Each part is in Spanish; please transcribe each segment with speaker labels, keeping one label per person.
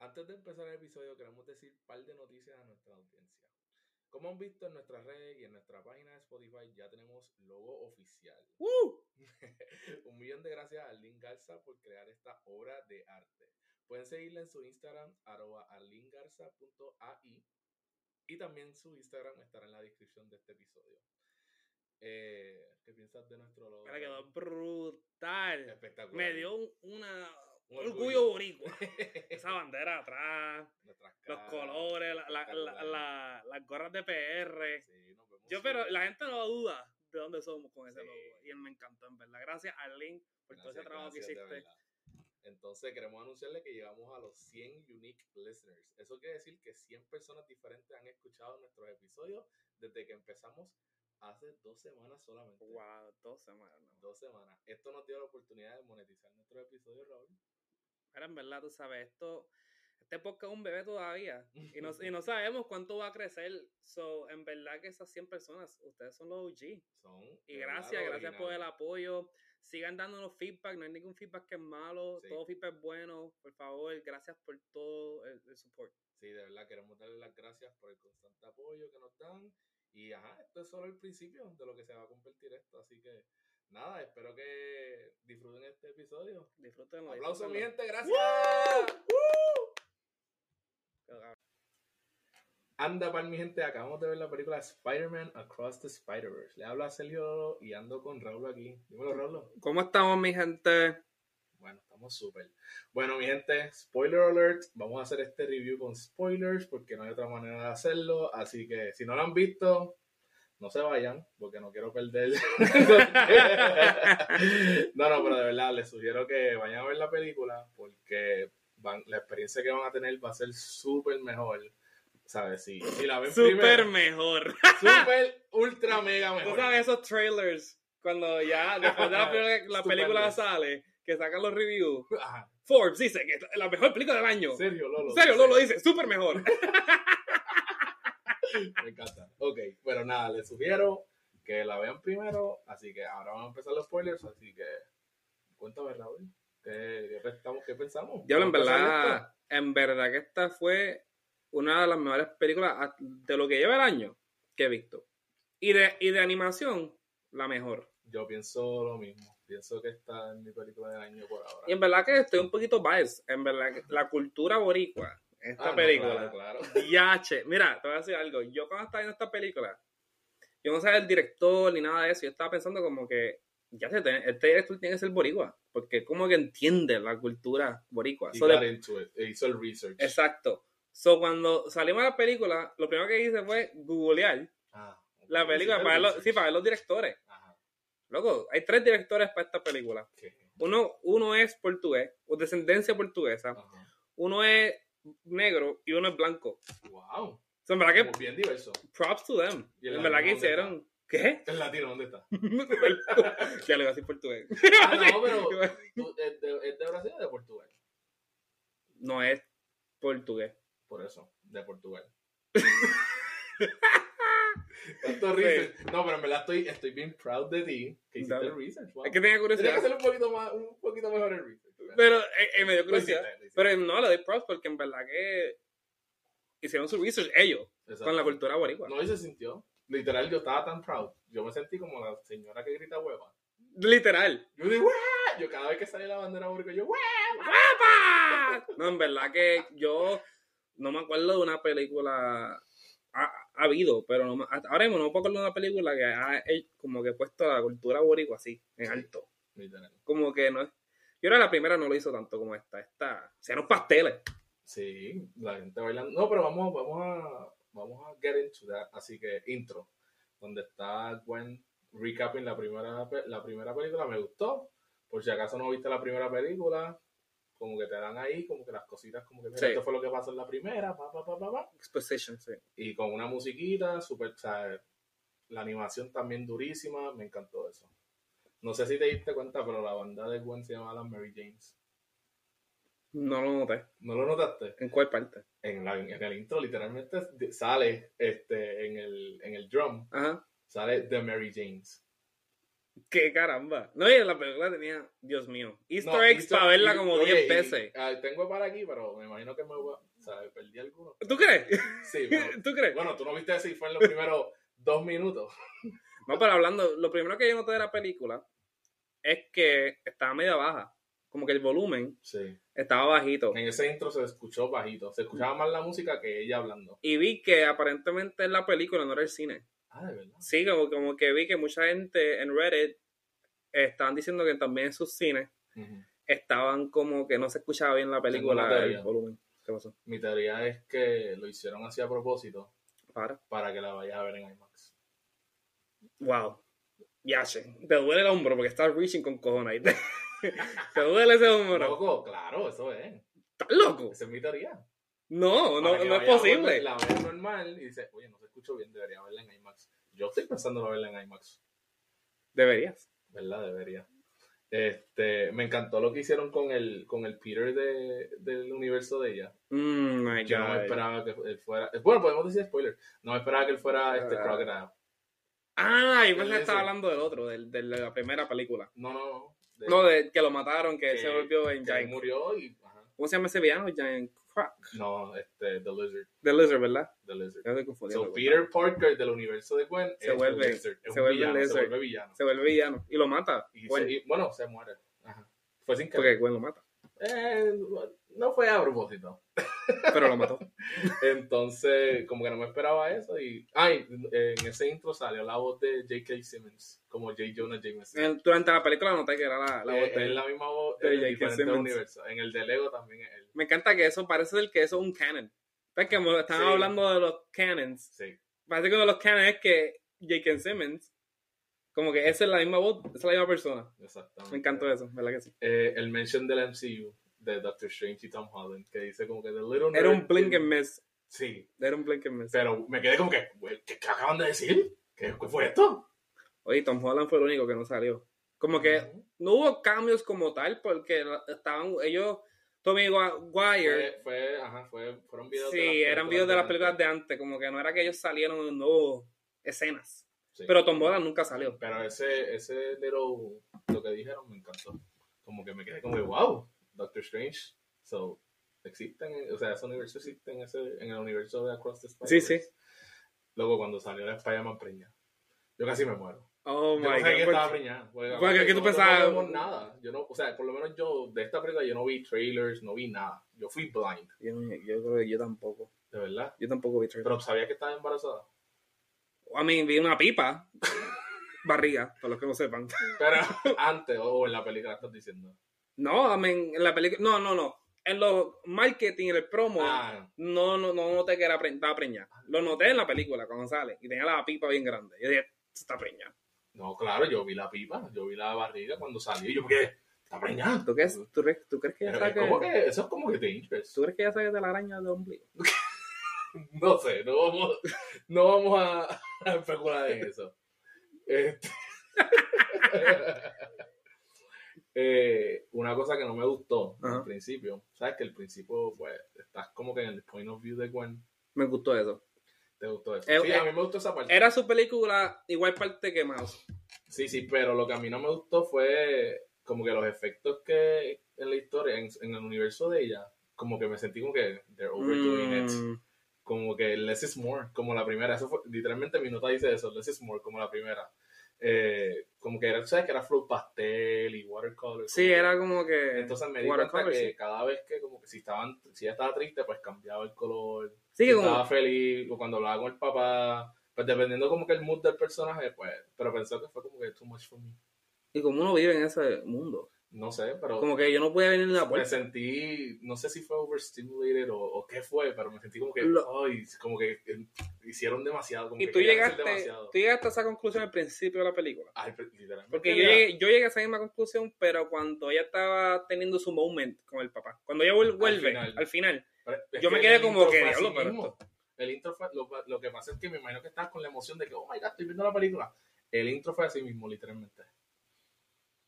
Speaker 1: Antes de empezar el episodio, queremos decir un par de noticias a nuestra audiencia. Como han visto en nuestras redes y en nuestra página de Spotify, ya tenemos logo oficial.
Speaker 2: ¡Woo!
Speaker 1: Un millón de gracias a Arlene Garza por crear esta obra de arte. Pueden seguirla en su Instagram, arroba arlingarza.ai. Y también su Instagram estará en la descripción de este episodio. Eh, ¿Qué piensas de nuestro logo?
Speaker 2: Mira, quedó brutal.
Speaker 1: Espectacular.
Speaker 2: Me dio un, una,
Speaker 1: Un
Speaker 2: un orgullo. boricua. Esa bandera atrás,
Speaker 1: Nuestras
Speaker 2: los
Speaker 1: caras,
Speaker 2: colores, la- la- la-
Speaker 1: espectacular.
Speaker 2: la- las gorras de PR.
Speaker 1: Sí, nos vemos.
Speaker 2: Yo, pero la gente no duda de dónde somos con ese
Speaker 1: Sí.
Speaker 2: logo. Y él me encantó, en verdad. Gracias, Arlene, por todo ese
Speaker 1: Gracias,
Speaker 2: trabajo que
Speaker 1: gracias, de
Speaker 2: hiciste.
Speaker 1: verdad. Entonces queremos anunciarle que llegamos a los 100 unique listeners. Eso quiere decir que 100 personas diferentes han escuchado nuestros episodios desde que empezamos hace dos semanas solamente.
Speaker 2: Wow, dos semanas. ¿no?
Speaker 1: Dos semanas. Esto nos dio la oportunidad de monetizar nuestros episodios, Raúl.
Speaker 2: Mira, en verdad, tú sabes, esto, este podcast es un bebé todavía y no, y no sabemos cuánto va a crecer. So, en verdad que esas 100 personas, ustedes son los OG.
Speaker 1: Son
Speaker 2: Y
Speaker 1: de verdad
Speaker 2: gracias,
Speaker 1: los
Speaker 2: gracias por el
Speaker 1: originales.
Speaker 2: apoyo. Sigan dándonos feedback, no hay ningún feedback que es malo,
Speaker 1: Sí.
Speaker 2: todo feedback es bueno. Por favor, gracias por todo el, el support.
Speaker 1: Sí, de verdad queremos darle las gracias por el constante apoyo que nos dan. Y ajá, esto es solo el principio de lo que se va a convertir esto. Así que nada, espero que disfruten este episodio.
Speaker 2: Disfrútenlo.
Speaker 1: Aplausos, mi
Speaker 2: disfrútenlo.
Speaker 1: gente, gracias. Anda, pal, mi gente, acabamos de ver la película Spider-Man Across the Spider-Verse. Le habla Sergio Lolo y ando con Raúl aquí. Dímelo, Raúl.
Speaker 2: ¿Cómo estamos, mi gente?
Speaker 1: Bueno, estamos súper. Bueno, mi gente, spoiler alert. Vamos a hacer este review con spoilers porque no hay otra manera de hacerlo. Así que si no lo han visto, no se vayan porque no quiero perder. no, no, pero de verdad les sugiero que vayan a ver la película porque van- la experiencia que van a tener va a ser súper mejor. ¿Sabes? Si, si la ven
Speaker 2: Súper
Speaker 1: primero,
Speaker 2: mejor.
Speaker 1: súper, ultra, mega mejor.
Speaker 2: Tú sabes esos trailers, cuando ya, después de la, primera- la
Speaker 1: Estupendo.
Speaker 2: película sale, que sacan los reviews.
Speaker 1: Ajá.
Speaker 2: Forbes dice que es la mejor película del año.
Speaker 1: Sergio Lolo.
Speaker 2: En serio, Lolo dice, súper mejor.
Speaker 1: Me encanta. Ok, pero nada, les sugiero que la vean primero. Así que ahora van a empezar los spoilers. Así que cuéntame, Raúl. ¿Qué, qué pensamos? ¿Qué pensamos?
Speaker 2: Diablo, en
Speaker 1: ¿Vamos a empezar
Speaker 2: verdad, en verdad que esta fue una de las mejores películas a- de lo que lleva el año que he visto. Y de, y de animación, la mejor.
Speaker 1: esto? Yo pienso lo mismo. Pienso que está en mi película del año por ahora.
Speaker 2: Y en verdad que estoy un poquito biased. En verdad que la cultura boricua,
Speaker 1: Ah,
Speaker 2: esta
Speaker 1: no,
Speaker 2: película.
Speaker 1: claro, claro.
Speaker 2: Diache. Mira, te voy a decir algo. Yo cuando estaba viendo esta película, yo no sabía el director ni nada de eso. Yo estaba pensando como que, ya sé, te- este director tiene que ser boricua. Porque como que entiende la cultura boricua.
Speaker 1: He
Speaker 2: So, de-
Speaker 1: got into it. E Hizo el research.
Speaker 2: exacto. So, cuando salimos a la película, lo primero que hice fue googlear
Speaker 1: Ah, ok.
Speaker 2: la película
Speaker 1: Hizo el
Speaker 2: para ver, los,
Speaker 1: research.
Speaker 2: sí, para ver los directores.
Speaker 1: Ajá,
Speaker 2: Loco, hay tres directores para esta película.
Speaker 1: ok.
Speaker 2: Uno, uno es portugués, o descendencia portuguesa.
Speaker 1: Ajá.
Speaker 2: Uno es negro y uno es blanco.
Speaker 1: Wow.
Speaker 2: So, en verdad que
Speaker 1: Como Bien diverso.
Speaker 2: props to them.
Speaker 1: ¿Y el
Speaker 2: En verdad
Speaker 1: latino
Speaker 2: que
Speaker 1: dónde
Speaker 2: hicieron. ¿Qué?
Speaker 1: ¿El latino dónde está?
Speaker 2: ya lo iba a decir portugués.
Speaker 1: Ah, no, pero tú- ¿es de, es de Brasil o de Portugal?
Speaker 2: No es portugués.
Speaker 1: Por eso, de Portugal. Tanto research. No, pero en verdad estoy, estoy bien proud de ti que hiciste
Speaker 2: Dale.
Speaker 1: el research. Wow.
Speaker 2: Es que tenía
Speaker 1: Tenía que
Speaker 2: curiosidad.
Speaker 1: hacer un poquito, más, un poquito mejor el research.
Speaker 2: Pero eh, eh, me dio
Speaker 1: Lo hiciste,
Speaker 2: curiosidad.
Speaker 1: lo hiciste.
Speaker 2: Pero no, le doy props porque en verdad que hicieron su research ellos
Speaker 1: Exacto.
Speaker 2: con la cultura boricua.
Speaker 1: No, y se sintió. Literal, yo estaba tan proud. Yo me sentí como la señora que grita hueva.
Speaker 2: Literal.
Speaker 1: Yo digo, ¡Wah! Yo cada vez que sale la bandera boricua, yo, ¡Wah!
Speaker 2: ¡Guapa! No, en verdad que yo no me acuerdo de una película. Ha, ha habido, pero no me- hasta ahora mismo no me puedo acordar de una película que ha eh, como que puesto la cultura boricua así, en
Speaker 1: Sí.
Speaker 2: alto.
Speaker 1: Literal.
Speaker 2: como que no es. Yo creo que la primera no lo hizo tanto como esta. Esta. Hicieron pasteles.
Speaker 1: Sí, la gente bailando. No, pero vamos, vamos a vamos a get into that. Así que intro, donde está Gwen recapping la primera pe- la primera película me gustó. Por si acaso no viste la primera película, como que te dan ahí como que las cositas como que mira,
Speaker 2: Sí.
Speaker 1: esto fue lo que pasó en la primera, pa pa pa pa pa.
Speaker 2: Exposition, sí.
Speaker 1: y con una musiquita super o sea, la animación también durísima, me encantó eso. No sé si te diste cuenta, pero la banda de Gwen se llama las Mary James.
Speaker 2: No lo noté.
Speaker 1: ¿No lo notaste?
Speaker 2: ¿En cuál parte?
Speaker 1: en, la- en el intro literalmente de- sale este en el, en el drum
Speaker 2: Ajá.
Speaker 1: sale The Mary Janes
Speaker 2: Qué caramba. No, y la película tenía, Dios mío, Easter
Speaker 1: No,
Speaker 2: eggs
Speaker 1: Easter-
Speaker 2: para verla como
Speaker 1: oye,
Speaker 2: 10
Speaker 1: y-
Speaker 2: veces.
Speaker 1: ah, tengo para aquí, pero me imagino que me voy a. O sea, perdí alguno.
Speaker 2: ¿Tú crees?
Speaker 1: Sí, pero-
Speaker 2: ¿Tú crees?
Speaker 1: bueno, tú no viste si fue en los primeros dos minutos.
Speaker 2: No, pero hablando, lo primero que yo noté de la película es que estaba media baja. Como que el volumen
Speaker 1: Sí.
Speaker 2: estaba bajito.
Speaker 1: En ese intro se escuchó bajito. Se escuchaba más la música que ella hablando.
Speaker 2: Y vi que aparentemente es la película, no era el cine.
Speaker 1: Ah, de verdad.
Speaker 2: Sí, como, como que vi que mucha gente en Reddit estaban diciendo que también en sus cines
Speaker 1: Ujú.
Speaker 2: estaban como que no se escuchaba bien la película,
Speaker 1: una teoría.
Speaker 2: el volumen. ¿Qué pasó?
Speaker 1: Mi teoría es que lo hicieron así a propósito
Speaker 2: Para.
Speaker 1: para que la vayas a ver en IMAX.
Speaker 2: Wow. Yache. Te duele el hombro porque estás reaching con cojones. Te, duele ese hombro.
Speaker 1: Loco, claro, eso es.
Speaker 2: ¿Estás loco?
Speaker 1: Esa es mi teoría.
Speaker 2: No, no,
Speaker 1: Para que
Speaker 2: no es
Speaker 1: vaya a volver,
Speaker 2: posible.
Speaker 1: La ves normal y dice, oye, no se escuchó bien, debería verla en IMAX. Yo estoy pensando en verla en IMAX.
Speaker 2: Deberías.
Speaker 1: ¿Verdad? Debería. Este, me encantó lo que hicieron con el, con el Peter de, del universo de ella.
Speaker 2: Mm, my
Speaker 1: Yo no me
Speaker 2: God.
Speaker 1: esperaba que él fuera. Bueno, podemos decir spoiler. No me esperaba que él fuera este
Speaker 2: Ah.
Speaker 1: Crocodile.
Speaker 2: Ah,
Speaker 1: ¿Qué
Speaker 2: yo pensé
Speaker 1: es
Speaker 2: que estaba
Speaker 1: ese?
Speaker 2: hablando del otro, del, de la primera película.
Speaker 1: No, no, no. De-
Speaker 2: No, de que lo mataron, que
Speaker 1: Que-
Speaker 2: se volvió en
Speaker 1: que él
Speaker 2: Giant.
Speaker 1: murió y. ajá.
Speaker 2: ¿Cómo se llama ese villano? Giant Crack.
Speaker 1: No, este, The Lizard.
Speaker 2: The Lizard, ¿verdad?
Speaker 1: The Lizard.
Speaker 2: Ya estoy confundiendo,
Speaker 1: So,
Speaker 2: ¿verdad?
Speaker 1: Peter Parker del universo de Gwen
Speaker 2: Se
Speaker 1: es
Speaker 2: vuelve-
Speaker 1: The Lizard. Es
Speaker 2: se
Speaker 1: un
Speaker 2: vuelve
Speaker 1: villano, se
Speaker 2: Lizard.
Speaker 1: vuelve villano.
Speaker 2: Se vuelve villano. Y lo mata.
Speaker 1: Y se-
Speaker 2: Gwen,
Speaker 1: y- bueno, se muere. Ajá. Fue sin querer.
Speaker 2: porque Gwen lo mata.
Speaker 1: Eh, no fue a propósito.
Speaker 2: Pero lo mató.
Speaker 1: Entonces, como que no me esperaba eso. Y, ay, en ese intro salió la voz de J.K. Simmons, como J. Jonah Jameson.
Speaker 2: En- Durante la película noté que era la, la
Speaker 1: Eh,
Speaker 2: voz de
Speaker 1: es
Speaker 2: él.
Speaker 1: la misma voz
Speaker 2: de
Speaker 1: en
Speaker 2: J.K.
Speaker 1: diferentes
Speaker 2: Simmons.
Speaker 1: universos. En el de Lego también es él.
Speaker 2: Me encanta que eso parece del que eso es un canon. ¿Sabes que me están
Speaker 1: Sí.
Speaker 2: hablando de los canons?
Speaker 1: Sí.
Speaker 2: Parece que uno de los canons es que J.K. Simmons, como que esa es la misma voz, esa es la misma persona.
Speaker 1: Exactamente.
Speaker 2: Me encantó eso, ¿verdad que sí?
Speaker 1: Eh, el mention del MCU de Doctor Strange y Tom Holland, que dice como que The Little nerd
Speaker 2: Era un blink
Speaker 1: in-
Speaker 2: and miss.
Speaker 1: Sí,
Speaker 2: Era un blink and miss.
Speaker 1: pero me quedé como que, "Güey, ¿qué, qué acaban de decir? ¿Qué, qué fue esto?
Speaker 2: Oye, Tom Holland fue el único que no salió. Como que no hubo cambios como tal, porque la- estaban ellos, Tommy Gua- Guire,
Speaker 1: Fue, fue, ajá, fue, fueron Eh, videos de las
Speaker 2: sí, eran videos de las películas de antes, como que no era que ellos salieron en nuevas escenas.
Speaker 1: Sí.
Speaker 2: Pero Tom Holland nunca salió.
Speaker 1: Pero ese, ese little, lo que dijeron me encantó. Como que me quedé como, wow, Doctor Strange. So, existen, o sea, ese universo existe en, ese, en el universo de Across the
Speaker 2: Sí,
Speaker 1: Spider-Verse.
Speaker 2: sí.
Speaker 1: Luego, cuando salió la Spider-Man preñada, yo casi me muero.
Speaker 2: Oh
Speaker 1: yo no
Speaker 2: my
Speaker 1: sabía que
Speaker 2: god.
Speaker 1: estaba
Speaker 2: ¿por qué?
Speaker 1: preñada. Porque,
Speaker 2: Porque,
Speaker 1: aparte,
Speaker 2: ¿qué tú
Speaker 1: nosotros
Speaker 2: pensabas?
Speaker 1: No vemos nada. Yo no, o sea, por lo menos yo, de esta película, yo no vi trailers, no vi nada. Yo fui blind,
Speaker 2: Yo, no- yo creo que yo tampoco.
Speaker 1: de verdad.
Speaker 2: Yo tampoco vi trailer.
Speaker 1: Pero sabía que estaba embarazada.
Speaker 2: A mí vi una pipa. barriga, para los que no sepan.
Speaker 1: Pero antes, o en la película, estás diciendo.
Speaker 2: No, a mí en en la película. No, no, no. En los marketing, en el promo,
Speaker 1: Ah,
Speaker 2: no, no, no noté que era pre- estaba preñada. Lo noté en la película cuando sale. Y tenía la pipa bien grande. Yo dije, está preñada.
Speaker 1: No, claro, yo vi la pipa, yo vi la barriga cuando salió y yo me quedé, está preñada.
Speaker 2: ¿Tú crees, tú, crees- tú crees que ya
Speaker 1: Pero
Speaker 2: sabe
Speaker 1: es como
Speaker 2: que,
Speaker 1: Eh, que, eso es como que dangerous.
Speaker 2: ¿Tú crees que ya sabe de la araña de ombligo?
Speaker 1: No sé, no vamos, no vamos a, a especular en eso. Este- Eh, una cosa que no me gustó al
Speaker 2: Ajá.
Speaker 1: principio, sabes que al principio pues estás como que en el point of view de Gwen,
Speaker 2: Me gustó eso.
Speaker 1: te gustó eso.
Speaker 2: Eh,
Speaker 1: sí,
Speaker 2: eh,
Speaker 1: a mí me gustó esa parte.
Speaker 2: Era su película igual parte que Mouse.
Speaker 1: Sí, sí, pero lo que a mí no me gustó fue como que los efectos que en la historia, en, en el universo de ella, como que me sentí como que they're overdoing it.
Speaker 2: Mm,
Speaker 1: Como que less is more, como la primera. Eso fue, literalmente mi nota dice eso, less is more, como la primera. Eh, como que era, ¿sabes? Que era flow pastel y watercolor.
Speaker 2: sí,
Speaker 1: como-
Speaker 2: era como que.
Speaker 1: Entonces me di
Speaker 2: watercolor,
Speaker 1: cuenta que
Speaker 2: sí.
Speaker 1: cada vez que como que si estaban, si ella estaba triste, pues cambiaba el color.
Speaker 2: Sí,
Speaker 1: Si
Speaker 2: como-
Speaker 1: estaba feliz, o cuando hablaba con el papá, pues dependiendo como que el mood del personaje, pues, pero pensé que fue como que too much for me.
Speaker 2: y como uno vive en ese mundo.
Speaker 1: No sé, pero
Speaker 2: Como que yo no podía venir en la
Speaker 1: me
Speaker 2: puerta.
Speaker 1: sentí, no sé si fue overstimulated o, o qué fue, pero me sentí como que,
Speaker 2: Lo-
Speaker 1: ay, como que eh, hicieron demasiado. Como
Speaker 2: Y
Speaker 1: que
Speaker 2: tú
Speaker 1: querían hacer
Speaker 2: llegaste,
Speaker 1: demasiado.
Speaker 2: tú llegaste a esa conclusión al principio de la película.
Speaker 1: Ay, pero literalmente
Speaker 2: Porque yo
Speaker 1: era-
Speaker 2: llegué, yo llegué a esa misma conclusión, pero cuando ella estaba teniendo su moment con el papá, cuando ella vuel- vuelve al
Speaker 1: final.
Speaker 2: final,
Speaker 1: pero es
Speaker 2: yo me
Speaker 1: el
Speaker 2: quedé
Speaker 1: intro
Speaker 2: como
Speaker 1: fue
Speaker 2: que,
Speaker 1: así
Speaker 2: diablo, pero
Speaker 1: mismo. El intro fue, lo, lo que pasa es que me imagino que estabas con la emoción de que, oh my god, estoy viendo la película. El intro fue así mismo, literalmente.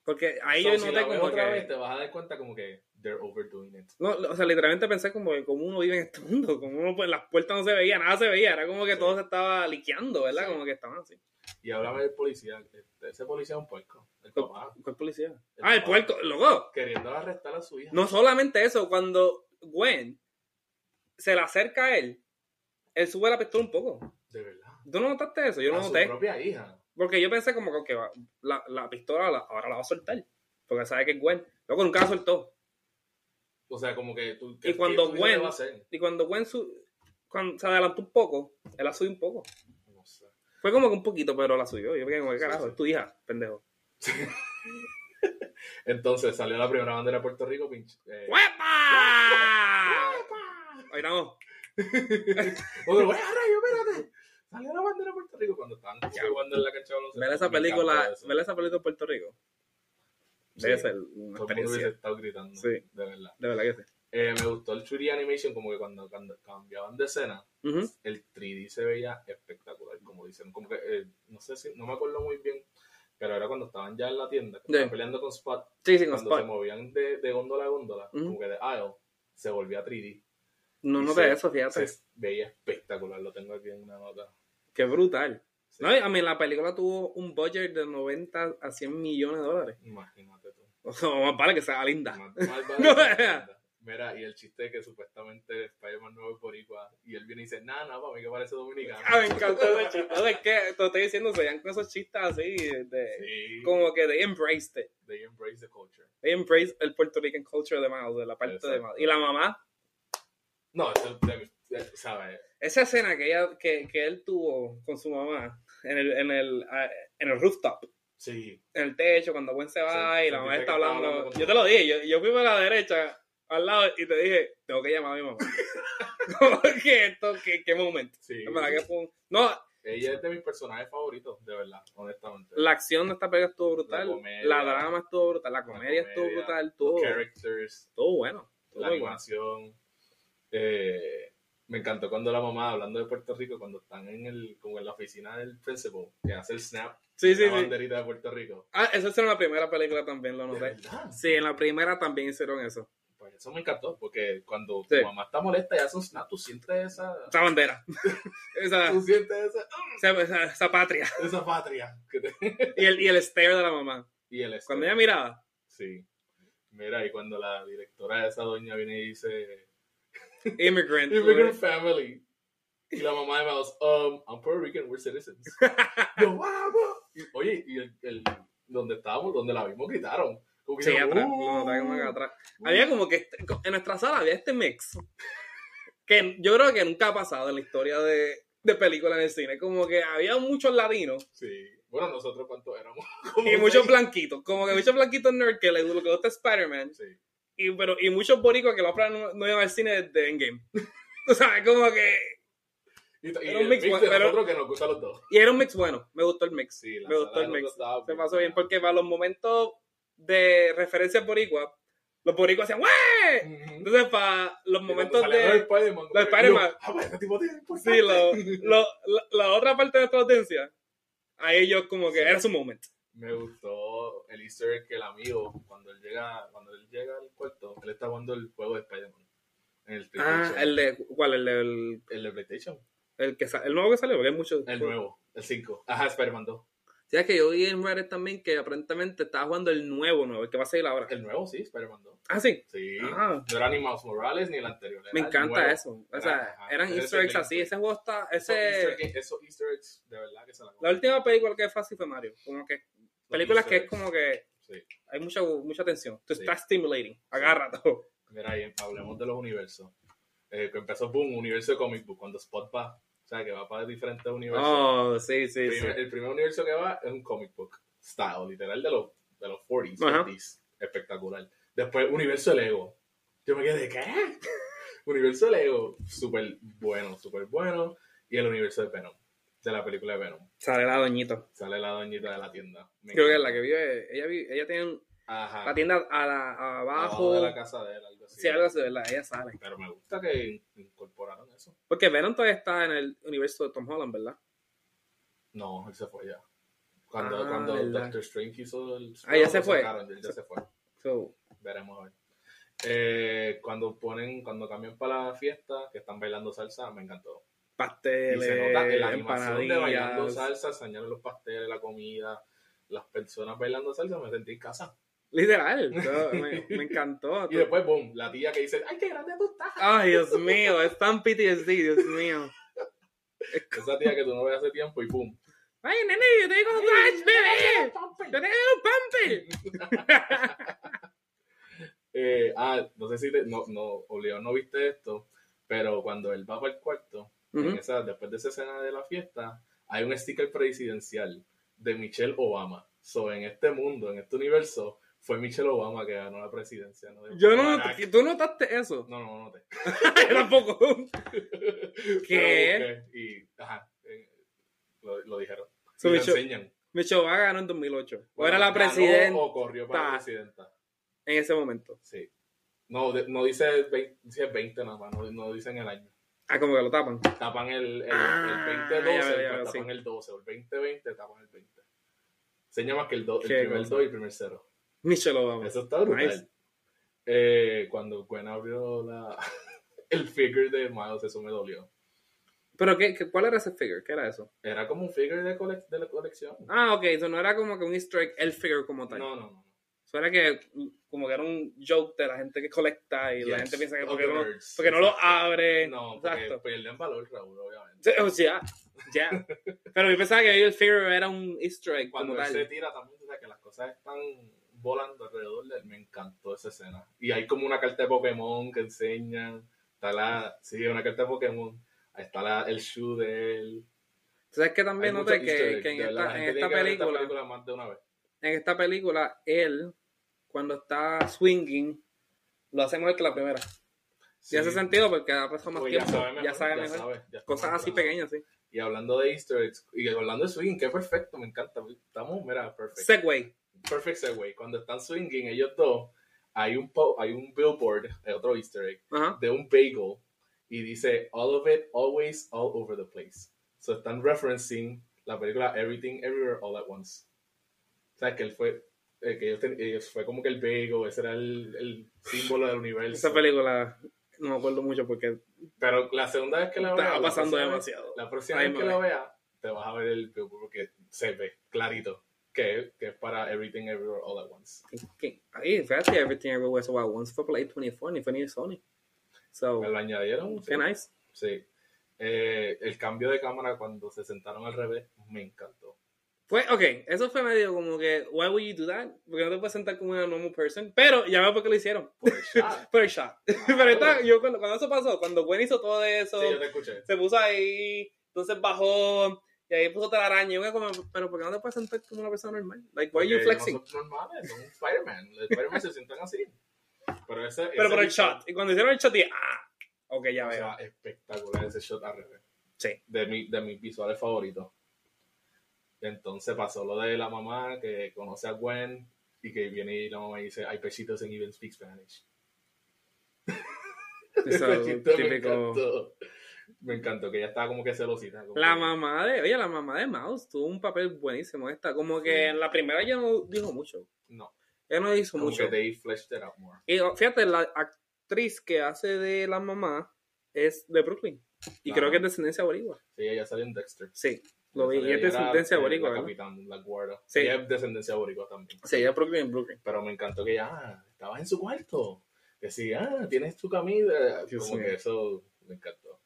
Speaker 2: porque ahí
Speaker 1: So,
Speaker 2: yo
Speaker 1: si
Speaker 2: noté
Speaker 1: la ves
Speaker 2: como
Speaker 1: otra
Speaker 2: que...
Speaker 1: vez te vas a dar cuenta como que they're overdoing it.
Speaker 2: No, o sea, literalmente pensé como que como uno vive en este mundo, como uno pues las puertas no se veía, nada se veía, era como que
Speaker 1: Sí.
Speaker 2: todo se estaba liqueando, ¿verdad?
Speaker 1: Sí.
Speaker 2: Como que estaban así.
Speaker 1: Y háblame del policía. Este, ese policía es un puerco. El
Speaker 2: ¿Cuál-
Speaker 1: papá.
Speaker 2: ¿Cuál policía?
Speaker 1: El
Speaker 2: Ah, el
Speaker 1: papá.
Speaker 2: puerco, loco.
Speaker 1: Queriendo arrestar a su hija.
Speaker 2: No solamente eso, cuando Gwen se le acerca a él, él sube la pistola un poco.
Speaker 1: De verdad.
Speaker 2: ¿Tú no notaste eso? Yo no
Speaker 1: a
Speaker 2: noté.
Speaker 1: Ah, su propia hija.
Speaker 2: Porque yo pensé como que ok, va- la, la pistola la- ahora la va a soltar. Porque sabe que es Gwen. Loco, nunca la soltó.
Speaker 1: O sea, como que tú.
Speaker 2: Y cuando Gwen-
Speaker 1: Gwen va a hacer?
Speaker 2: Y cuando Gwen su- cuando se adelantó un poco, él la subió un poco.
Speaker 1: No sé.
Speaker 2: Fue como que un poquito, pero la subió. Yo me quedé como, ¿qué
Speaker 1: Sí,
Speaker 2: carajo?
Speaker 1: sí.
Speaker 2: Es tu hija, pendejo.
Speaker 1: Entonces salió la primera bandera de Puerto Rico, pinche. eh,
Speaker 2: ¡Huepa!
Speaker 1: ¡Epa!
Speaker 2: Ahí estamos.
Speaker 1: Otro, ¡eh, rayo, espérate! Salió la bandera de Puerto Rico cuando estaban como que jugando en la cancha de baloncesto.
Speaker 2: Ver esa
Speaker 1: Me encantó
Speaker 2: película,
Speaker 1: eso.
Speaker 2: ver esa película en Puerto Rico. Debe
Speaker 1: Sí.
Speaker 2: ser una
Speaker 1: Todo el mundo hubiese
Speaker 2: experiencia.
Speaker 1: estado gritando.
Speaker 2: Sí.
Speaker 1: De verdad.
Speaker 2: De verdad que sí.
Speaker 1: Eh, me gustó el 3D animation, como que cuando, cuando cambiaban de escena,
Speaker 2: Ujú.
Speaker 1: el 3D se veía espectacular, como dicen. Como que, eh, no sé si, no me acuerdo muy bien, pero era cuando estaban ya en la tienda, que
Speaker 2: Sí.
Speaker 1: estaban peleando con Spot,
Speaker 2: Sí, sin
Speaker 1: cuando se
Speaker 2: spot.
Speaker 1: movían de, de góndola a góndola,
Speaker 2: Ujú.
Speaker 1: como que de aisle, se volvía 3D.
Speaker 2: No
Speaker 1: y
Speaker 2: no de
Speaker 1: se-
Speaker 2: eso, fíjate.
Speaker 1: Se veía espectacular, lo tengo aquí en una nota.
Speaker 2: Qué brutal.
Speaker 1: Sí.
Speaker 2: No, y a mí la película tuvo un budget de 90 a 100 millones de dólares.
Speaker 1: Imagínate tú.
Speaker 2: O sea, más vale que sea linda.
Speaker 1: Más- más vale
Speaker 2: No.
Speaker 1: que la tienda. Mira, y el chiste de que supuestamente Spider-Man 9 es boricua, y él viene y dice, nada, nada, para mí que parece dominicano.
Speaker 2: Ah, me encantó ese chiste. Es que te estoy diciendo, se dan con esos chistes así, de,
Speaker 1: Sí,
Speaker 2: como que they embraced it.
Speaker 1: they embrace the culture.
Speaker 2: They embraced el Puerto Rican culture de Miles, de la parte de
Speaker 1: Exacto.
Speaker 2: Miles. Y la mamá,
Speaker 1: No, eso, de- de- ¿sabes?
Speaker 2: esa escena que, ella, que, que él tuvo con su mamá en el, en, el, ah, en el rooftop,
Speaker 1: Sí,
Speaker 2: en el techo, cuando Gwen se va
Speaker 1: Sí,
Speaker 2: y la
Speaker 1: sentiste
Speaker 2: mamá está
Speaker 1: que estaba
Speaker 2: hablando.
Speaker 1: hablando con tu
Speaker 2: yo te lo dije, yo, yo fui para la derecha, al lado, y te dije, tengo que llamar a mi mamá. como que esto, qué, qué momento.
Speaker 1: sí.
Speaker 2: En verdad que fue un- No,
Speaker 1: Ella es de mis personajes favoritos, de verdad, honestamente.
Speaker 2: la acción de esta película estuvo brutal,
Speaker 1: La
Speaker 2: la,
Speaker 1: comedia.
Speaker 2: drama estuvo brutal, la comedia, estuvo
Speaker 1: comedia,
Speaker 2: brutal,
Speaker 1: Los
Speaker 2: todo,
Speaker 1: characters,
Speaker 2: todo bueno. todo
Speaker 1: la
Speaker 2: muy bueno.
Speaker 1: animación. Eh, me encantó cuando la mamá, hablando de Puerto Rico, cuando están en el, como en la oficina del principal, que hace el snap,
Speaker 2: Sí,
Speaker 1: de
Speaker 2: sí,
Speaker 1: la
Speaker 2: sí.
Speaker 1: banderita de Puerto Rico.
Speaker 2: Ah, eso es en la primera película también, lo
Speaker 1: ¿De
Speaker 2: noté.
Speaker 1: verdad?
Speaker 2: Sí, en la primera también hicieron eso.
Speaker 1: Pues eso me encantó, porque cuando
Speaker 2: Sí.
Speaker 1: tu mamá está molesta y hace un snap, tú sientes esa...
Speaker 2: Esa bandera. esa,
Speaker 1: Tú sientes esa,
Speaker 2: esa, esa- esa patria.
Speaker 1: esa patria. que te-
Speaker 2: Y el, y el stare de la mamá.
Speaker 1: Y el
Speaker 2: Cuando ella miraba,
Speaker 1: Sí. Mira, y cuando la directora de esa doña viene y dice,
Speaker 2: immigrant.
Speaker 1: Immigrant family. Y la mamá de Miles, um, I'm Puerto Rican, we're citizens. Yo, vamos. Y- Oye, y el, el- donde estábamos, donde la vimos, gritaron. Como que
Speaker 2: Sí,
Speaker 1: dijeron,
Speaker 2: atrás.
Speaker 1: "Uh,
Speaker 2: lo notaba como que atrás. Había como que este- en nuestra sala había este mix. Que yo creo que nunca ha pasado en la historia de, de películas en el cine. Como que había muchos latinos
Speaker 1: "Uh". Sí. Bueno, nosotros cuántos éramos.
Speaker 2: y muchos blanquitos. Como que muchos blanquitos nerd que les gusta Spider-Man.
Speaker 1: Sí.
Speaker 2: y, pero, y muchos boricuas que los planes no, no iban al cine desde Endgame. O sea, como que...
Speaker 1: Y, y
Speaker 2: Era
Speaker 1: el
Speaker 2: un mix,
Speaker 1: mix de
Speaker 2: pero-
Speaker 1: nosotros que nos gusta a los dos.
Speaker 2: Y era un mix bueno, me gustó el mix.
Speaker 1: Sí, la
Speaker 2: Me gustó
Speaker 1: sala de
Speaker 2: el
Speaker 1: nosotros
Speaker 2: mix.
Speaker 1: estaba
Speaker 2: Se pasó bien
Speaker 1: buena.
Speaker 2: porque para los momentos de referencias boricuas, los boricuas hacían ¡Wey!
Speaker 1: Ujú.
Speaker 2: Entonces para los
Speaker 1: Y
Speaker 2: momentos
Speaker 1: cuando salieron
Speaker 2: de...
Speaker 1: Spider-Man. como
Speaker 2: los
Speaker 1: que,
Speaker 2: Spider-Man.
Speaker 1: yo, "Ah, bueno, este tipo tiene
Speaker 2: Sí,
Speaker 1: importante".
Speaker 2: lo- lo- la, la otra parte de nuestra audiencia, a ellos como que
Speaker 1: Sí.
Speaker 2: era su moment.
Speaker 1: Me gustó el easter egg que el amigo, cuando él llega, cuando él llega al cuarto, él está jugando el juego de Spider-Man. En el
Speaker 2: Ah,
Speaker 1: PlayStation.
Speaker 2: el de... ¿Cuál? El, el,
Speaker 1: el de PlayStation.
Speaker 2: el, que, sa- el nuevo que salió, porque hay muchos...
Speaker 1: El nuevo, el 5. Ajá, Spider-Man 2.
Speaker 2: Sí, es que yo vi en Reddit también que aparentemente estaba jugando el nuevo, nuevo, el que va a salir ahora.
Speaker 1: El nuevo, sí, Spider-Man 2.
Speaker 2: Ah, sí.
Speaker 1: Sí.
Speaker 2: Ah.
Speaker 1: No era ni Miles Morales ni el anterior. era
Speaker 2: Me
Speaker 1: el
Speaker 2: encanta
Speaker 1: nuevo.
Speaker 2: eso. O
Speaker 1: Era-
Speaker 2: sea,
Speaker 1: ajá,
Speaker 2: eran
Speaker 1: era
Speaker 2: easter eggs
Speaker 1: ese
Speaker 2: así.
Speaker 1: link.
Speaker 2: Ese juego está.
Speaker 1: Esos easter,
Speaker 2: Ese,
Speaker 1: egg- esos easter eggs, de verdad que se la
Speaker 2: la última película que fue así fue Mario. Como que.
Speaker 1: Los
Speaker 2: Películas que
Speaker 1: easter
Speaker 2: es como que
Speaker 1: eggs, sí.
Speaker 2: hay mucha, mucha tensión. Tú
Speaker 1: Sí.
Speaker 2: estás stimulating. Agarra todo.
Speaker 1: Mira, ahí hablemos de los universos. Eh, que empezó, boom, universo de comic book, cuando Spot va. O sea, que va para diferentes universos.
Speaker 2: Oh, sí, sí, sí.
Speaker 1: Primer- El primer universo que va es un comic book style, literal de los, de los 40s,
Speaker 2: Ajá.
Speaker 1: 50s. Espectacular. Después, universo de Lego. Yo me quedé, ¿qué? universo de Lego. Súper bueno, súper bueno. Y el universo de Venom, de la película de Venom.
Speaker 2: Sale la doñita.
Speaker 1: Sale la doñita de la tienda. Me
Speaker 2: Creo que es
Speaker 1: encanta.
Speaker 2: la que vive. Ella, vive, ella tiene
Speaker 1: Ajá.
Speaker 2: la tienda a la, a
Speaker 1: Abajo
Speaker 2: abajo.
Speaker 1: de la casa de él, algo así.
Speaker 2: sí, algo así, ¿verdad? Ella sale.
Speaker 1: Pero me gusta que incorporaron eso.
Speaker 2: Porque Venom todavía está en el universo de Tom Holland, ¿verdad?
Speaker 1: No, él se fue ya. Cuando,
Speaker 2: Ah,
Speaker 1: cuando
Speaker 2: verdad.
Speaker 1: Doctor Strange hizo el...
Speaker 2: Ah, ya se fue.
Speaker 1: sacaron, él ya se fue.
Speaker 2: So,
Speaker 1: Veremos a ver. Eh, cuando ponen, cuando cambian para la fiesta, que están bailando salsa, me encantó. Y
Speaker 2: pasteles,
Speaker 1: se nota en la
Speaker 2: eh,
Speaker 1: animación de bailando
Speaker 2: empanadillas.
Speaker 1: salsa, enseñaron los pasteles, la comida, las personas bailando salsa, me sentí en casa.
Speaker 2: Literal, yo- me, me encantó.
Speaker 1: Y después, boom, la tía que dice, ¡ay, qué grande tú estás!
Speaker 2: Ay, Dios mío, es tan PTSD, Dios mío.
Speaker 1: Esa tía que tú no ves hace tiempo y boom.
Speaker 2: Ay, nene, yo te digo, ¡ay, bebé! ¡Yo te digo, pamper!
Speaker 1: Eh, ah, no sé si te- no, no, obligado no viste esto, pero cuando él va para el cuarto, en
Speaker 2: Ujú.
Speaker 1: esa- después de esa escena de la fiesta, hay un sticker presidencial de Michelle Obama. So, en este mundo, en este universo, fue Michelle Obama que ganó la presidencia. ¿no?
Speaker 2: Yo no,
Speaker 1: Barack.
Speaker 2: ¿tú notaste eso?
Speaker 1: No, no, no te.
Speaker 2: Yo tampoco.
Speaker 1: Pero busqué Y, ajá, eh, lo, lo dijeron.
Speaker 2: So,
Speaker 1: y lo
Speaker 2: Michelle-
Speaker 1: enseñan.
Speaker 2: Michoacán ganó en 2008. o
Speaker 1: Bueno,
Speaker 2: era la
Speaker 1: ganó
Speaker 2: presidenta
Speaker 1: O corrió para la presidenta.
Speaker 2: en ese momento.
Speaker 1: Sí. No, de- no dice 20, dice 20 nada más, no, no dicen el año.
Speaker 2: Ah, como que lo tapan.
Speaker 1: Tapan el, el, el
Speaker 2: Ah,
Speaker 1: 2012,
Speaker 2: ya veo, ya
Speaker 1: pues
Speaker 2: veo,
Speaker 1: tapan
Speaker 2: sí.
Speaker 1: el 12, o el 2020, tapan el 20. Enseña más que el, do- el
Speaker 2: Qué
Speaker 1: primer
Speaker 2: cosa.
Speaker 1: 2 y el primer 0.
Speaker 2: Michelle Obama.
Speaker 1: Eso está brutal.
Speaker 2: Nice.
Speaker 1: Eh, cuando Gwen abrió la, el figure de Miles, eso me dolió.
Speaker 2: ¿Pero qué, qué- cuál era ese figure? ¿Qué era eso?
Speaker 1: Era como un figure de, colec- de la colección.
Speaker 2: Ah, ok, eso no era como que un easter egg, el figure como
Speaker 1: No,
Speaker 2: tal.
Speaker 1: no, no.
Speaker 2: Eso era que mm, como que era un joke de la gente que colecta y la
Speaker 1: Yes,
Speaker 2: gente piensa que
Speaker 1: of
Speaker 2: porque
Speaker 1: the
Speaker 2: no,
Speaker 1: birds,
Speaker 2: porque no lo
Speaker 1: exacto.
Speaker 2: abre.
Speaker 1: No, porque
Speaker 2: exacto.
Speaker 1: pierden valor, Raúl, obviamente.
Speaker 2: Sí, O sea, ya. Pero yo pensaba que el figure era un easter egg
Speaker 1: Cuando
Speaker 2: como
Speaker 1: él se
Speaker 2: tal.
Speaker 1: tira también, o sea, que las cosas están volando alrededor de él. Me encantó esa escena. Y hay como una carta de Pokémon que enseñan. Está la, sí, una carta de Pokémon. Ahí está la, el shoe de él.
Speaker 2: ¿Sabes que
Speaker 1: Hay
Speaker 2: también
Speaker 1: muchos
Speaker 2: noté
Speaker 1: easter
Speaker 2: que,
Speaker 1: eggs,
Speaker 2: que en,
Speaker 1: de verdad. La
Speaker 2: esta,
Speaker 1: gente
Speaker 2: en esta
Speaker 1: tiene que ver
Speaker 2: película,
Speaker 1: más de una vez.
Speaker 2: en esta película, él, cuando está swinging, lo hace mejor que la primera.
Speaker 1: Sí.
Speaker 2: Y hace sentido porque ha pasado más
Speaker 1: Pues
Speaker 2: tiempo,
Speaker 1: sabe
Speaker 2: ya
Speaker 1: mejor,
Speaker 2: sabe
Speaker 1: ya
Speaker 2: mejor.
Speaker 1: sabe, ya está
Speaker 2: Cosas
Speaker 1: más
Speaker 2: así
Speaker 1: entrenado.
Speaker 2: pequeñas, sí.
Speaker 1: Y hablando de Easter eggs, y hablando de swing, que perfecto, me encanta. Estamos, mira, perfecto.
Speaker 2: Segway.
Speaker 1: Perfect segue. Cuando están swinging ellos dos, hay un, po- hay un billboard, hay otro easter egg,
Speaker 2: Ajá.
Speaker 1: de un bagel y dice All of it, always, all over the place. So están referencing la película Everything, Everywhere, All at Once. O sea, que él fue, eh, que ellos, ten- ellos fue como que el bagel, ese era el, el símbolo del universo.
Speaker 2: Esa película no me acuerdo mucho porque
Speaker 1: Pero la segunda vez que la vea,
Speaker 2: estaba
Speaker 1: la
Speaker 2: pasando
Speaker 1: próxima vez-
Speaker 2: demasiado.
Speaker 1: La próxima
Speaker 2: Ahí
Speaker 1: vez
Speaker 2: me
Speaker 1: que la
Speaker 2: ve.
Speaker 1: vea, te vas a ver el billboard porque se ve clarito que, que es para Everything, Everywhere, All at Once.
Speaker 2: Que- Ahí, fíjate, Everything Everywhere So At Once fue por la A24, ni fue ni Sony. So,
Speaker 1: Me lo añadieron. sí.
Speaker 2: qué nice.
Speaker 1: Sí. Eh, el cambio de cámara cuando se sentaron al revés me encantó.
Speaker 2: Fue, ok, eso fue medio como que, why would you do that? Porque no te puedes sentar como una normal person. Pero ya veo por qué lo hicieron.
Speaker 1: Por el chat.
Speaker 2: Por el shot. Pero esta- yo cuando, cuando eso pasó, cuando Gwen hizo todo eso,
Speaker 1: Sí, yo te escuché.
Speaker 2: se puso ahí, entonces bajó, y ahí puso otra araña. Y yo como, pero ¿por qué no te puedes sentar como una persona normal? Like, why are you
Speaker 1: Porque
Speaker 2: flexing?
Speaker 1: No son normales, son un Spider-Man. Los Spider-Man se sientan así. Pero ese.
Speaker 2: Pero
Speaker 1: ese
Speaker 2: por el
Speaker 1: visual,
Speaker 2: shot. Y cuando hicieron el shot, dije, ah, ok, ya
Speaker 1: o
Speaker 2: veo.
Speaker 1: sea, espectacular ese shot al revés.
Speaker 2: Sí.
Speaker 1: De, mi- de mis visuales favoritos. Entonces pasó lo de la mamá que conoce a Gwen y que viene y la mamá dice: Hay pesitos en Even Speak Spanish.
Speaker 2: Eso,
Speaker 1: Ese chiste me
Speaker 2: típico.
Speaker 1: encantó. Me encantó que ella estaba como que celosita. como
Speaker 2: La
Speaker 1: que-
Speaker 2: mamá de, oye, la mamá de Mouse tuvo un papel buenísimo en esta. Como que en la primera ella no dijo mucho.
Speaker 1: No.
Speaker 2: Ella no hizo
Speaker 1: Como
Speaker 2: mucho.
Speaker 1: que they fleshed it out more.
Speaker 2: Y oh, fíjate, la actriz que hace de la mamá es de Brooklyn. Y
Speaker 1: Ajá.
Speaker 2: creo que es descendencia boricua.
Speaker 1: Sí, ella salió en Dexter.
Speaker 2: Sí, lo vi.
Speaker 1: Ella
Speaker 2: Y es
Speaker 1: era,
Speaker 2: descendencia
Speaker 1: eh,
Speaker 2: boricua,
Speaker 1: La
Speaker 2: ¿verdad?
Speaker 1: capitán, la guarda.
Speaker 2: Sí.
Speaker 1: Ella es descendencia boricua también.
Speaker 2: Sí, ella es Brooklyn, Brooklyn.
Speaker 1: Pero me encantó que ella, ah, estabas en su cuarto. Decía, ah, tienes tu camisa.
Speaker 2: Dios
Speaker 1: Como
Speaker 2: mío.
Speaker 1: que eso me encantó.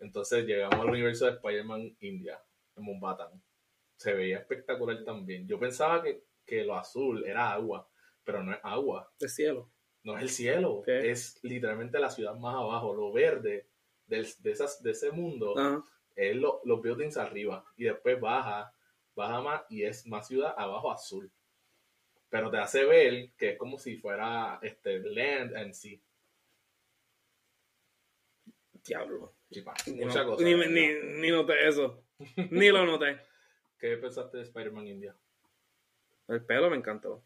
Speaker 1: Entonces llegamos al universo de Spider-Man India, en Mumbatan. Se veía espectacular también. Yo pensaba que, que lo azul era agua, pero no es agua.
Speaker 2: De cielo.
Speaker 1: No es el cielo.
Speaker 2: ¿Qué?
Speaker 1: Es literalmente la ciudad más abajo. Lo verde del- de, esas, de ese mundo
Speaker 2: Ajá.
Speaker 1: es lo- los buildings arriba y después baja, baja más y es más ciudad abajo azul. Pero te hace ver que es como si fuera este land and sea.
Speaker 2: Diablo.
Speaker 1: Chipa,
Speaker 2: Ni
Speaker 1: mucha
Speaker 2: no-
Speaker 1: cosa.
Speaker 2: Ni,
Speaker 1: ¿verdad?
Speaker 2: ni, ni noté eso. ni lo noté.
Speaker 1: ¿Qué pensaste de Spider-Man India?
Speaker 2: El pelo me encantó.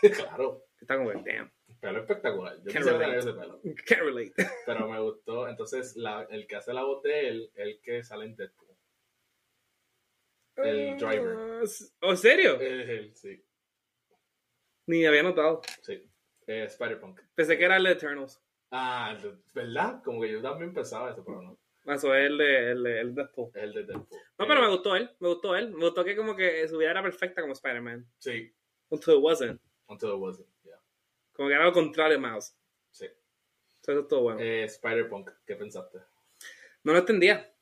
Speaker 1: claro,
Speaker 2: Está como que, damn.
Speaker 1: el pelo espectacular. Yo
Speaker 2: Can't
Speaker 1: quisiera tener
Speaker 2: relate.
Speaker 1: ese pelo.
Speaker 2: Can't relate.
Speaker 1: Pero me gustó. Entonces, la- el que hace la voz de él, el que sale en Deadpool. El driver. Eh.
Speaker 2: Ah, ¿Oh, en serio?
Speaker 1: Es él, sí.
Speaker 2: Ni había notado.
Speaker 1: sí. Eh, Spider-Punk.
Speaker 2: Pensé que era el de Eternals.
Speaker 1: Ah, ¿verdad? Como que yo también pensaba eso, pero no.
Speaker 2: Eso es el de, el de, el de Deadpool.
Speaker 1: Es el de Deadpool.
Speaker 2: No, pero me gustó él, me gustó él. Me gustó que como que su vida era perfecta como Spider-Man.
Speaker 1: Sí,
Speaker 2: Until it wasn't.
Speaker 1: until it wasn't. yeah.
Speaker 2: Como que era lo contrario de Miles.
Speaker 1: Sí.
Speaker 2: Entonces eso estuvo bueno.
Speaker 1: Eh, Spider-Punk, ¿qué pensaste?
Speaker 2: No lo entendía.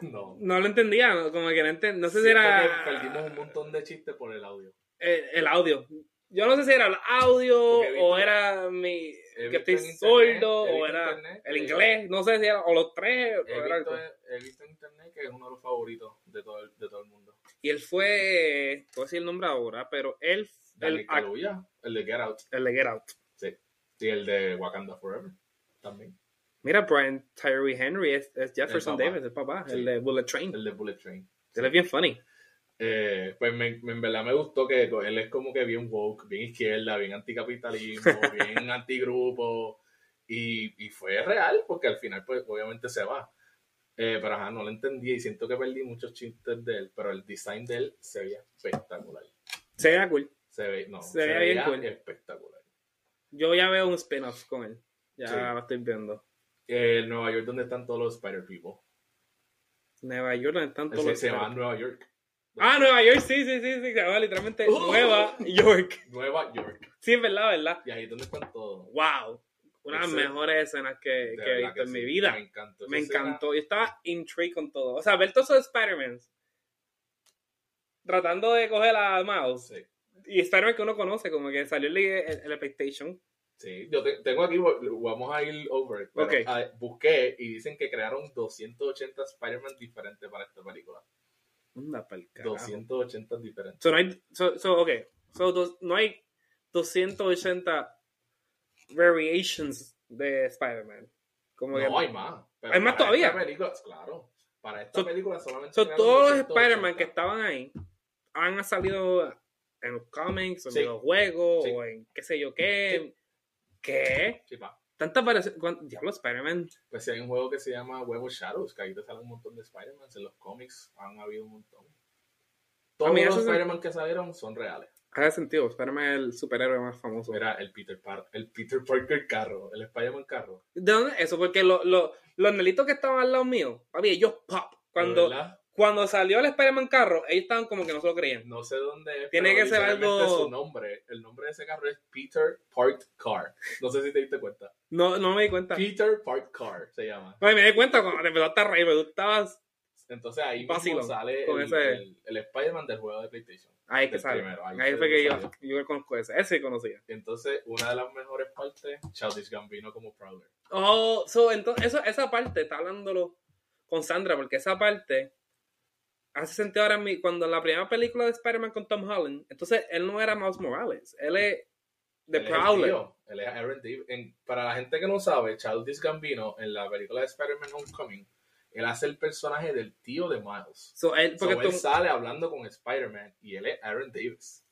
Speaker 1: No.
Speaker 2: No lo entendía. no- Como que no entendía. No sé si
Speaker 1: Siento
Speaker 2: era...
Speaker 1: que Perdimos un montón de chistes por el audio.
Speaker 2: eh, el audio. Yo no sé si era el audio
Speaker 1: Porque he visto-
Speaker 2: o era mi...
Speaker 1: He
Speaker 2: Que
Speaker 1: visto
Speaker 2: estoy
Speaker 1: en internet,
Speaker 2: sordo
Speaker 1: he
Speaker 2: o
Speaker 1: visto
Speaker 2: era
Speaker 1: internet
Speaker 2: el
Speaker 1: que-
Speaker 2: inglés. No sé si era... O los tres. o
Speaker 1: He
Speaker 2: era-
Speaker 1: visto, he visto en internet que es uno de los favoritos de todo el, de todo el mundo.
Speaker 2: Y él fue... eh, Te voy a decir el nombre ahora, pero él...
Speaker 1: Daniel
Speaker 2: El, act-
Speaker 1: Kaluuya, el de Get Out
Speaker 2: el de Get Out.
Speaker 1: y el de Wakanda Forever también.
Speaker 2: Mira, Brian Tyree Henry es, es Jefferson
Speaker 1: papá.
Speaker 2: Davis, el papá,
Speaker 1: Sí.
Speaker 2: el de Bullet Train.
Speaker 1: El de Bullet Train.
Speaker 2: Él es bien funny.
Speaker 1: Eh, pues me, me- en verdad me gustó que él es como que bien woke, bien izquierda, bien anticapitalismo, bien antigrupo. Y, y fue real, porque al final, pues obviamente se va. Eh, pero ajá, no lo entendí y siento que perdí muchos chistes de él, pero el design de él se veía espectacular.
Speaker 2: Se veía cool.
Speaker 1: Se, ve, no,
Speaker 2: Se
Speaker 1: se,
Speaker 2: veía bien
Speaker 1: veía
Speaker 2: cool.
Speaker 1: espectacular.
Speaker 2: Yo ya veo un spin-off con él. Ya
Speaker 1: Sí.
Speaker 2: lo estoy viendo.
Speaker 1: Eh, Nueva York, donde están todos los Spider People.
Speaker 2: Nueva York, donde están todos
Speaker 1: Se,
Speaker 2: los
Speaker 1: se va a
Speaker 2: Spider-
Speaker 1: Nueva York.
Speaker 2: Ah, Nueva York, sí, sí, sí, sí. Se llama literalmente
Speaker 1: Uh.
Speaker 2: Nueva York.
Speaker 1: Nueva York.
Speaker 2: Sí, es verdad, verdad.
Speaker 1: Y ahí es donde están todos.
Speaker 2: Wow. Una de las
Speaker 1: Ese-
Speaker 2: mejores escenas que,
Speaker 1: De
Speaker 2: que he
Speaker 1: verdad
Speaker 2: visto
Speaker 1: que
Speaker 2: en mi
Speaker 1: sí.
Speaker 2: vida.
Speaker 1: Me
Speaker 2: Me,
Speaker 1: encantó. esa
Speaker 2: encantó. Yo estaba intrigued con todo. O sea, ver todos esos Spider-Man tratando de coger a Miles.
Speaker 1: escena. Sí.
Speaker 2: Y Spider-Man que uno conoce, como que salió el, el, el Expectation.
Speaker 1: Sí, yo te- tengo aquí, vamos a ir over. it, pero,
Speaker 2: Ok.
Speaker 1: ah, busqué y dicen que crearon 280 Spider-Man diferentes para esta película.
Speaker 2: Anda pa'l carajo.
Speaker 1: 280 diferentes.
Speaker 2: So, no hay, so, so, okay. So, dos- no hay 280 variations de Spider-Man. Como que,
Speaker 1: No hay más. pero
Speaker 2: ¿Hay más
Speaker 1: para
Speaker 2: todavía?
Speaker 1: esta película- claro. Para esta
Speaker 2: So-
Speaker 1: película solamente.
Speaker 2: so,
Speaker 1: crearon
Speaker 2: todos los
Speaker 1: 280.
Speaker 2: Spider-Man que estaban ahí han salido en los cómics, o
Speaker 1: Sí.
Speaker 2: en los juegos,
Speaker 1: Sí.
Speaker 2: o en qué sé yo qué. ¿Qué?
Speaker 1: Sí, pa.
Speaker 2: Tantas variaciones. ¿Cuán- Diablo, Spider-Man.
Speaker 1: Pues si hay un juego que se llama Huevo Shadows, que ahí te salen un montón de Spider-Man. En los cómics han habido un montón. Todos
Speaker 2: mí
Speaker 1: los
Speaker 2: eso es-
Speaker 1: Spider-Man que salieron son reales.
Speaker 2: Haga sentido, Spider-Man es el superhéroe más famoso.
Speaker 1: Mira, el Peter, Par- el Peter Parker carro, el Spider-Man carro.
Speaker 2: ¿De dónde? Eso, porque lo- lo- los nelitos que estaban al lado mío, papi, ellos pop. Cuando,
Speaker 1: ¿Verdad?
Speaker 2: cuando salió el Spider-Man carro, ellos estaban como que no se lo creían.
Speaker 1: No sé dónde es.
Speaker 2: Tiene
Speaker 1: pero
Speaker 2: que ser
Speaker 1: literalmente
Speaker 2: algo-
Speaker 1: su nombre. El nombre de ese carro es Peter Parked Car. No sé si te diste cuenta.
Speaker 2: No, no me di cuenta.
Speaker 1: Peter Parked Car se llama.
Speaker 2: Oye, me di cuenta cuando te empezaste a reír, pero tú estabas.
Speaker 1: Entonces ahí mismo
Speaker 2: Vacilón,
Speaker 1: sale
Speaker 2: con
Speaker 1: el,
Speaker 2: ese-
Speaker 1: el- el Spider-man del juego de PlayStation.
Speaker 2: Ahí que
Speaker 1: Del
Speaker 2: sale.
Speaker 1: primero, ahí
Speaker 2: Ahí
Speaker 1: se-
Speaker 2: fue que yo,
Speaker 1: salió.
Speaker 2: yo conozco ese. Ese sí conocía.
Speaker 1: Entonces, una de las mejores partes, Childish Gambino como Prowler.
Speaker 2: Oh, so, entonces, eso, esa parte está hablándolo con Sandra, porque esa parte hace sentido ahora en mí. Cuando la primera película de Spider-Man con Tom Holland, entonces él no era Miles Morales, él es The
Speaker 1: Él es el
Speaker 2: Prowler.
Speaker 1: tío, Él es Aaron Dave. En- para la gente que no sabe, Childish Gambino en la película de Spider-Man Homecoming, él hace el personaje del tío de Miles.
Speaker 2: So, él,
Speaker 1: So,
Speaker 2: porque
Speaker 1: él
Speaker 2: Tom-
Speaker 1: sale hablando con Spider-Man y él es Aaron Davis.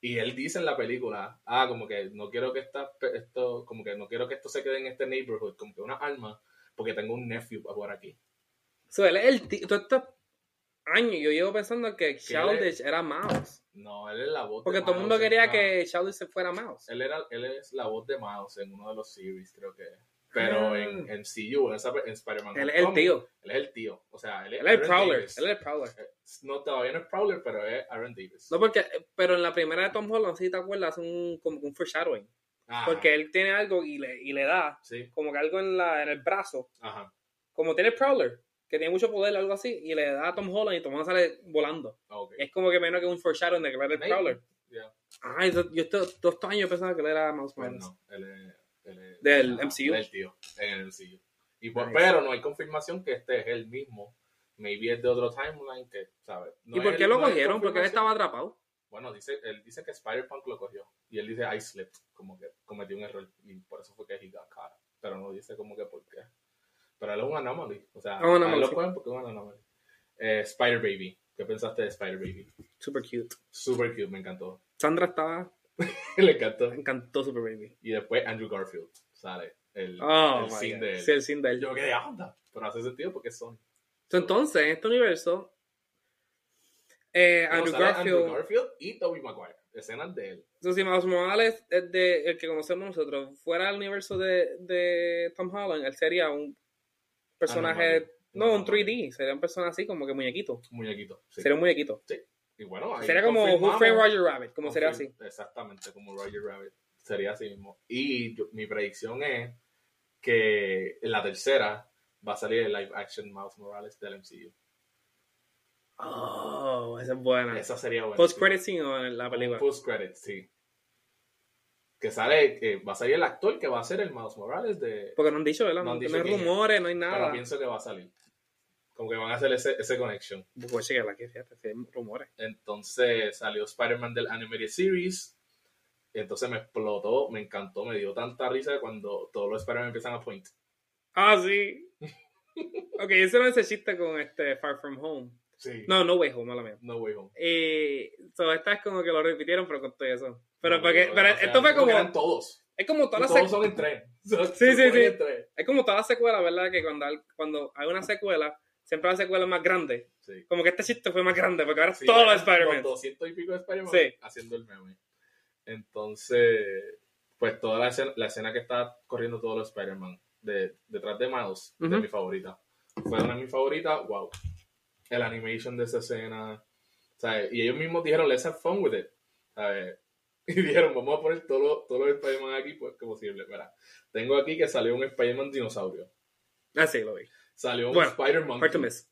Speaker 1: Y él dice en la película, ah, como que no quiero que esta, esto, como que no quiero que esto se quede en este neighborhood, como que una alma, porque tengo un nephew por aquí.
Speaker 2: so, él es el tío. Todos estos años yo llevo pensando que Childish era Miles.
Speaker 1: No, él es la voz
Speaker 2: Porque
Speaker 1: de
Speaker 2: todo el
Speaker 1: Miles
Speaker 2: mundo
Speaker 1: en
Speaker 2: quería
Speaker 1: una-
Speaker 2: que Childish se fuera Miles.
Speaker 1: Él, era, él es la voz de Miles en uno de los series, creo que. Pero
Speaker 2: Ah.
Speaker 1: en, en CU, en, esa- en Spider-Man.
Speaker 2: Él es el
Speaker 1: Homecoming,
Speaker 2: tío.
Speaker 1: Él es el tío. O sea, él es,
Speaker 2: Él es el
Speaker 1: Aaron
Speaker 2: Prowler.
Speaker 1: Davis. Eh,
Speaker 2: Él es el Prowler.
Speaker 1: No, todavía no es Prowler, pero es Aaron Davis.
Speaker 2: No, porque, pero en la primera de Tom Holland, si te acuerdas, hace un, como un foreshadowing.
Speaker 1: Ajá,
Speaker 2: Porque él tiene algo y le, y le da,
Speaker 1: Ah, Sí,
Speaker 2: como que algo en, la, en el brazo,
Speaker 1: ajá.
Speaker 2: como tiene el Prowler, que tiene mucho poder, algo así, y le da a Tom Holland y Tom Holland sale volando.
Speaker 1: Ok.
Speaker 2: Es como que menos que un foreshadowing de que era el
Speaker 1: Maybe.
Speaker 2: Prowler.
Speaker 1: Yeah.
Speaker 2: Ay, yo, yo esto- todos estos años pensaba que él era Mouse
Speaker 1: Pues
Speaker 2: Man.
Speaker 1: no, él es. él es-
Speaker 2: Del
Speaker 1: ah,
Speaker 2: MCU.
Speaker 1: Del tío, en el MCU. Y pues,
Speaker 2: Nice.
Speaker 1: pero no hay confirmación que este es el mismo. Maybe es de otro timeline que, ¿sabes? No
Speaker 2: ¿Y por
Speaker 1: es-
Speaker 2: qué lo
Speaker 1: no es
Speaker 2: cogieron? Porque
Speaker 1: confirmación.
Speaker 2: él estaba atrapado.
Speaker 1: Bueno, dice, él dice que Spider-Punk lo cogió. Y él dice, I slipped. Como que cometió un error. Y por eso fue que he got caught. Pero no dice como que por qué. Pero él es un anomaly. O sea,
Speaker 2: Ah, un
Speaker 1: a él
Speaker 2: anomaly,
Speaker 1: lo
Speaker 2: sí.
Speaker 1: cogen porque es un anomaly. Eh, Spider-Baby. ¿Qué pensaste de Spider-Baby?
Speaker 2: Super cute.
Speaker 1: Super cute, me encantó.
Speaker 2: Sandra estaba,
Speaker 1: Le encantó.
Speaker 2: me encantó Super Baby.
Speaker 1: Y después Andrew Garfield sale. El,
Speaker 2: Oh,
Speaker 1: el
Speaker 2: my
Speaker 1: scene
Speaker 2: God.
Speaker 1: de él.
Speaker 2: Sí, el sin de él.
Speaker 1: Yo quedé onda. Pero hace sentido porque son.
Speaker 2: Entonces, en este universo, eh,
Speaker 1: Bueno,
Speaker 2: Andrew
Speaker 1: sale
Speaker 2: Garfield.
Speaker 1: y Tobey Maguire. Escenas de él.
Speaker 2: Entonces, si Miles Morales es de, el que conocemos nosotros fuera del universo de, de Tom Holland, él sería un personaje
Speaker 1: Anomaly.
Speaker 2: No, un 3D. Sería una persona así como que muñequito.
Speaker 1: Muñequito. sí.
Speaker 2: Sería un muñequito.
Speaker 1: Y bueno, ahí
Speaker 2: Sería como Who
Speaker 1: confirmamos-
Speaker 2: Framed Roger Rabbit. Como sería así.
Speaker 1: confirm- Exactamente, como Roger Rabbit. Sería así mismo. Y yo- mi predicción es que en la tercera va a salir el live action Miles Morales del MCU.
Speaker 2: Oh, esa es buena.
Speaker 1: Esa sería buena.
Speaker 2: Post credit scene o en la película.
Speaker 1: Post credit, sí. Que sale, que va a salir el actor que va a ser el Miles Morales de.
Speaker 2: Porque no han dicho, ¿verdad?
Speaker 1: No
Speaker 2: No,
Speaker 1: han
Speaker 2: no
Speaker 1: dicho
Speaker 2: hay
Speaker 1: quién es.
Speaker 2: rumores, no hay nada.
Speaker 1: Pero pienso que va a salir. Como que van a hacer ese, ese connection.
Speaker 2: Pues chequea la que fíjate, si hay rumores.
Speaker 1: Entonces salió Spider-Man del Animated Series. Entonces me explotó, me encantó, me dio tanta risa cuando todos los Spider-Man empiezan a point.
Speaker 2: Ah, sí. ok, hicieron ese chiste con este Far From Home.
Speaker 1: Sí. No,
Speaker 2: No, no way home, mala mía.
Speaker 1: Way Home.
Speaker 2: Eh, so, esta es como que lo repitieron, pero con todo eso. Pero,
Speaker 1: No,
Speaker 2: porque,
Speaker 1: no,
Speaker 2: pero
Speaker 1: no, o sea,
Speaker 2: esto fue
Speaker 1: creo que
Speaker 2: como.
Speaker 1: Eran todos.
Speaker 2: Es como
Speaker 1: Y
Speaker 2: todas las
Speaker 1: todos
Speaker 2: secuelas.
Speaker 1: son en tres. Son-
Speaker 2: Sí,
Speaker 1: son
Speaker 2: sí, sí.
Speaker 1: en tres.
Speaker 2: Es como todas las secuelas, ¿verdad? Que cuando hay, cuando hay una secuela, siempre la secuela es más grande.
Speaker 1: Sí.
Speaker 2: Como que este chiste fue más grande, porque ahora
Speaker 1: Sí,
Speaker 2: todos los
Speaker 1: eran
Speaker 2: Spider-Man.
Speaker 1: 200 y pico de Spider-Man
Speaker 2: Sí.
Speaker 1: haciendo el meme. Entonces, pues toda la escena, la escena que está corriendo todos los Spider-Man de, detrás de Miles, de
Speaker 2: Ujú.
Speaker 1: mi favorita. Fue una de mis favoritas, wow. El animation de esa escena. ¿sabes? Y ellos mismos dijeron, let's have fun with it. ¿sabes? Y dijeron, vamos a poner todos los todos los Spider-Man aquí, pues, que posible. Mira, tengo aquí que salió un Spider-Man dinosaurio.
Speaker 2: Ah, sí, lo vi.
Speaker 1: Salió un
Speaker 2: Bueno,
Speaker 1: Spider-Man.
Speaker 2: Hard to miss.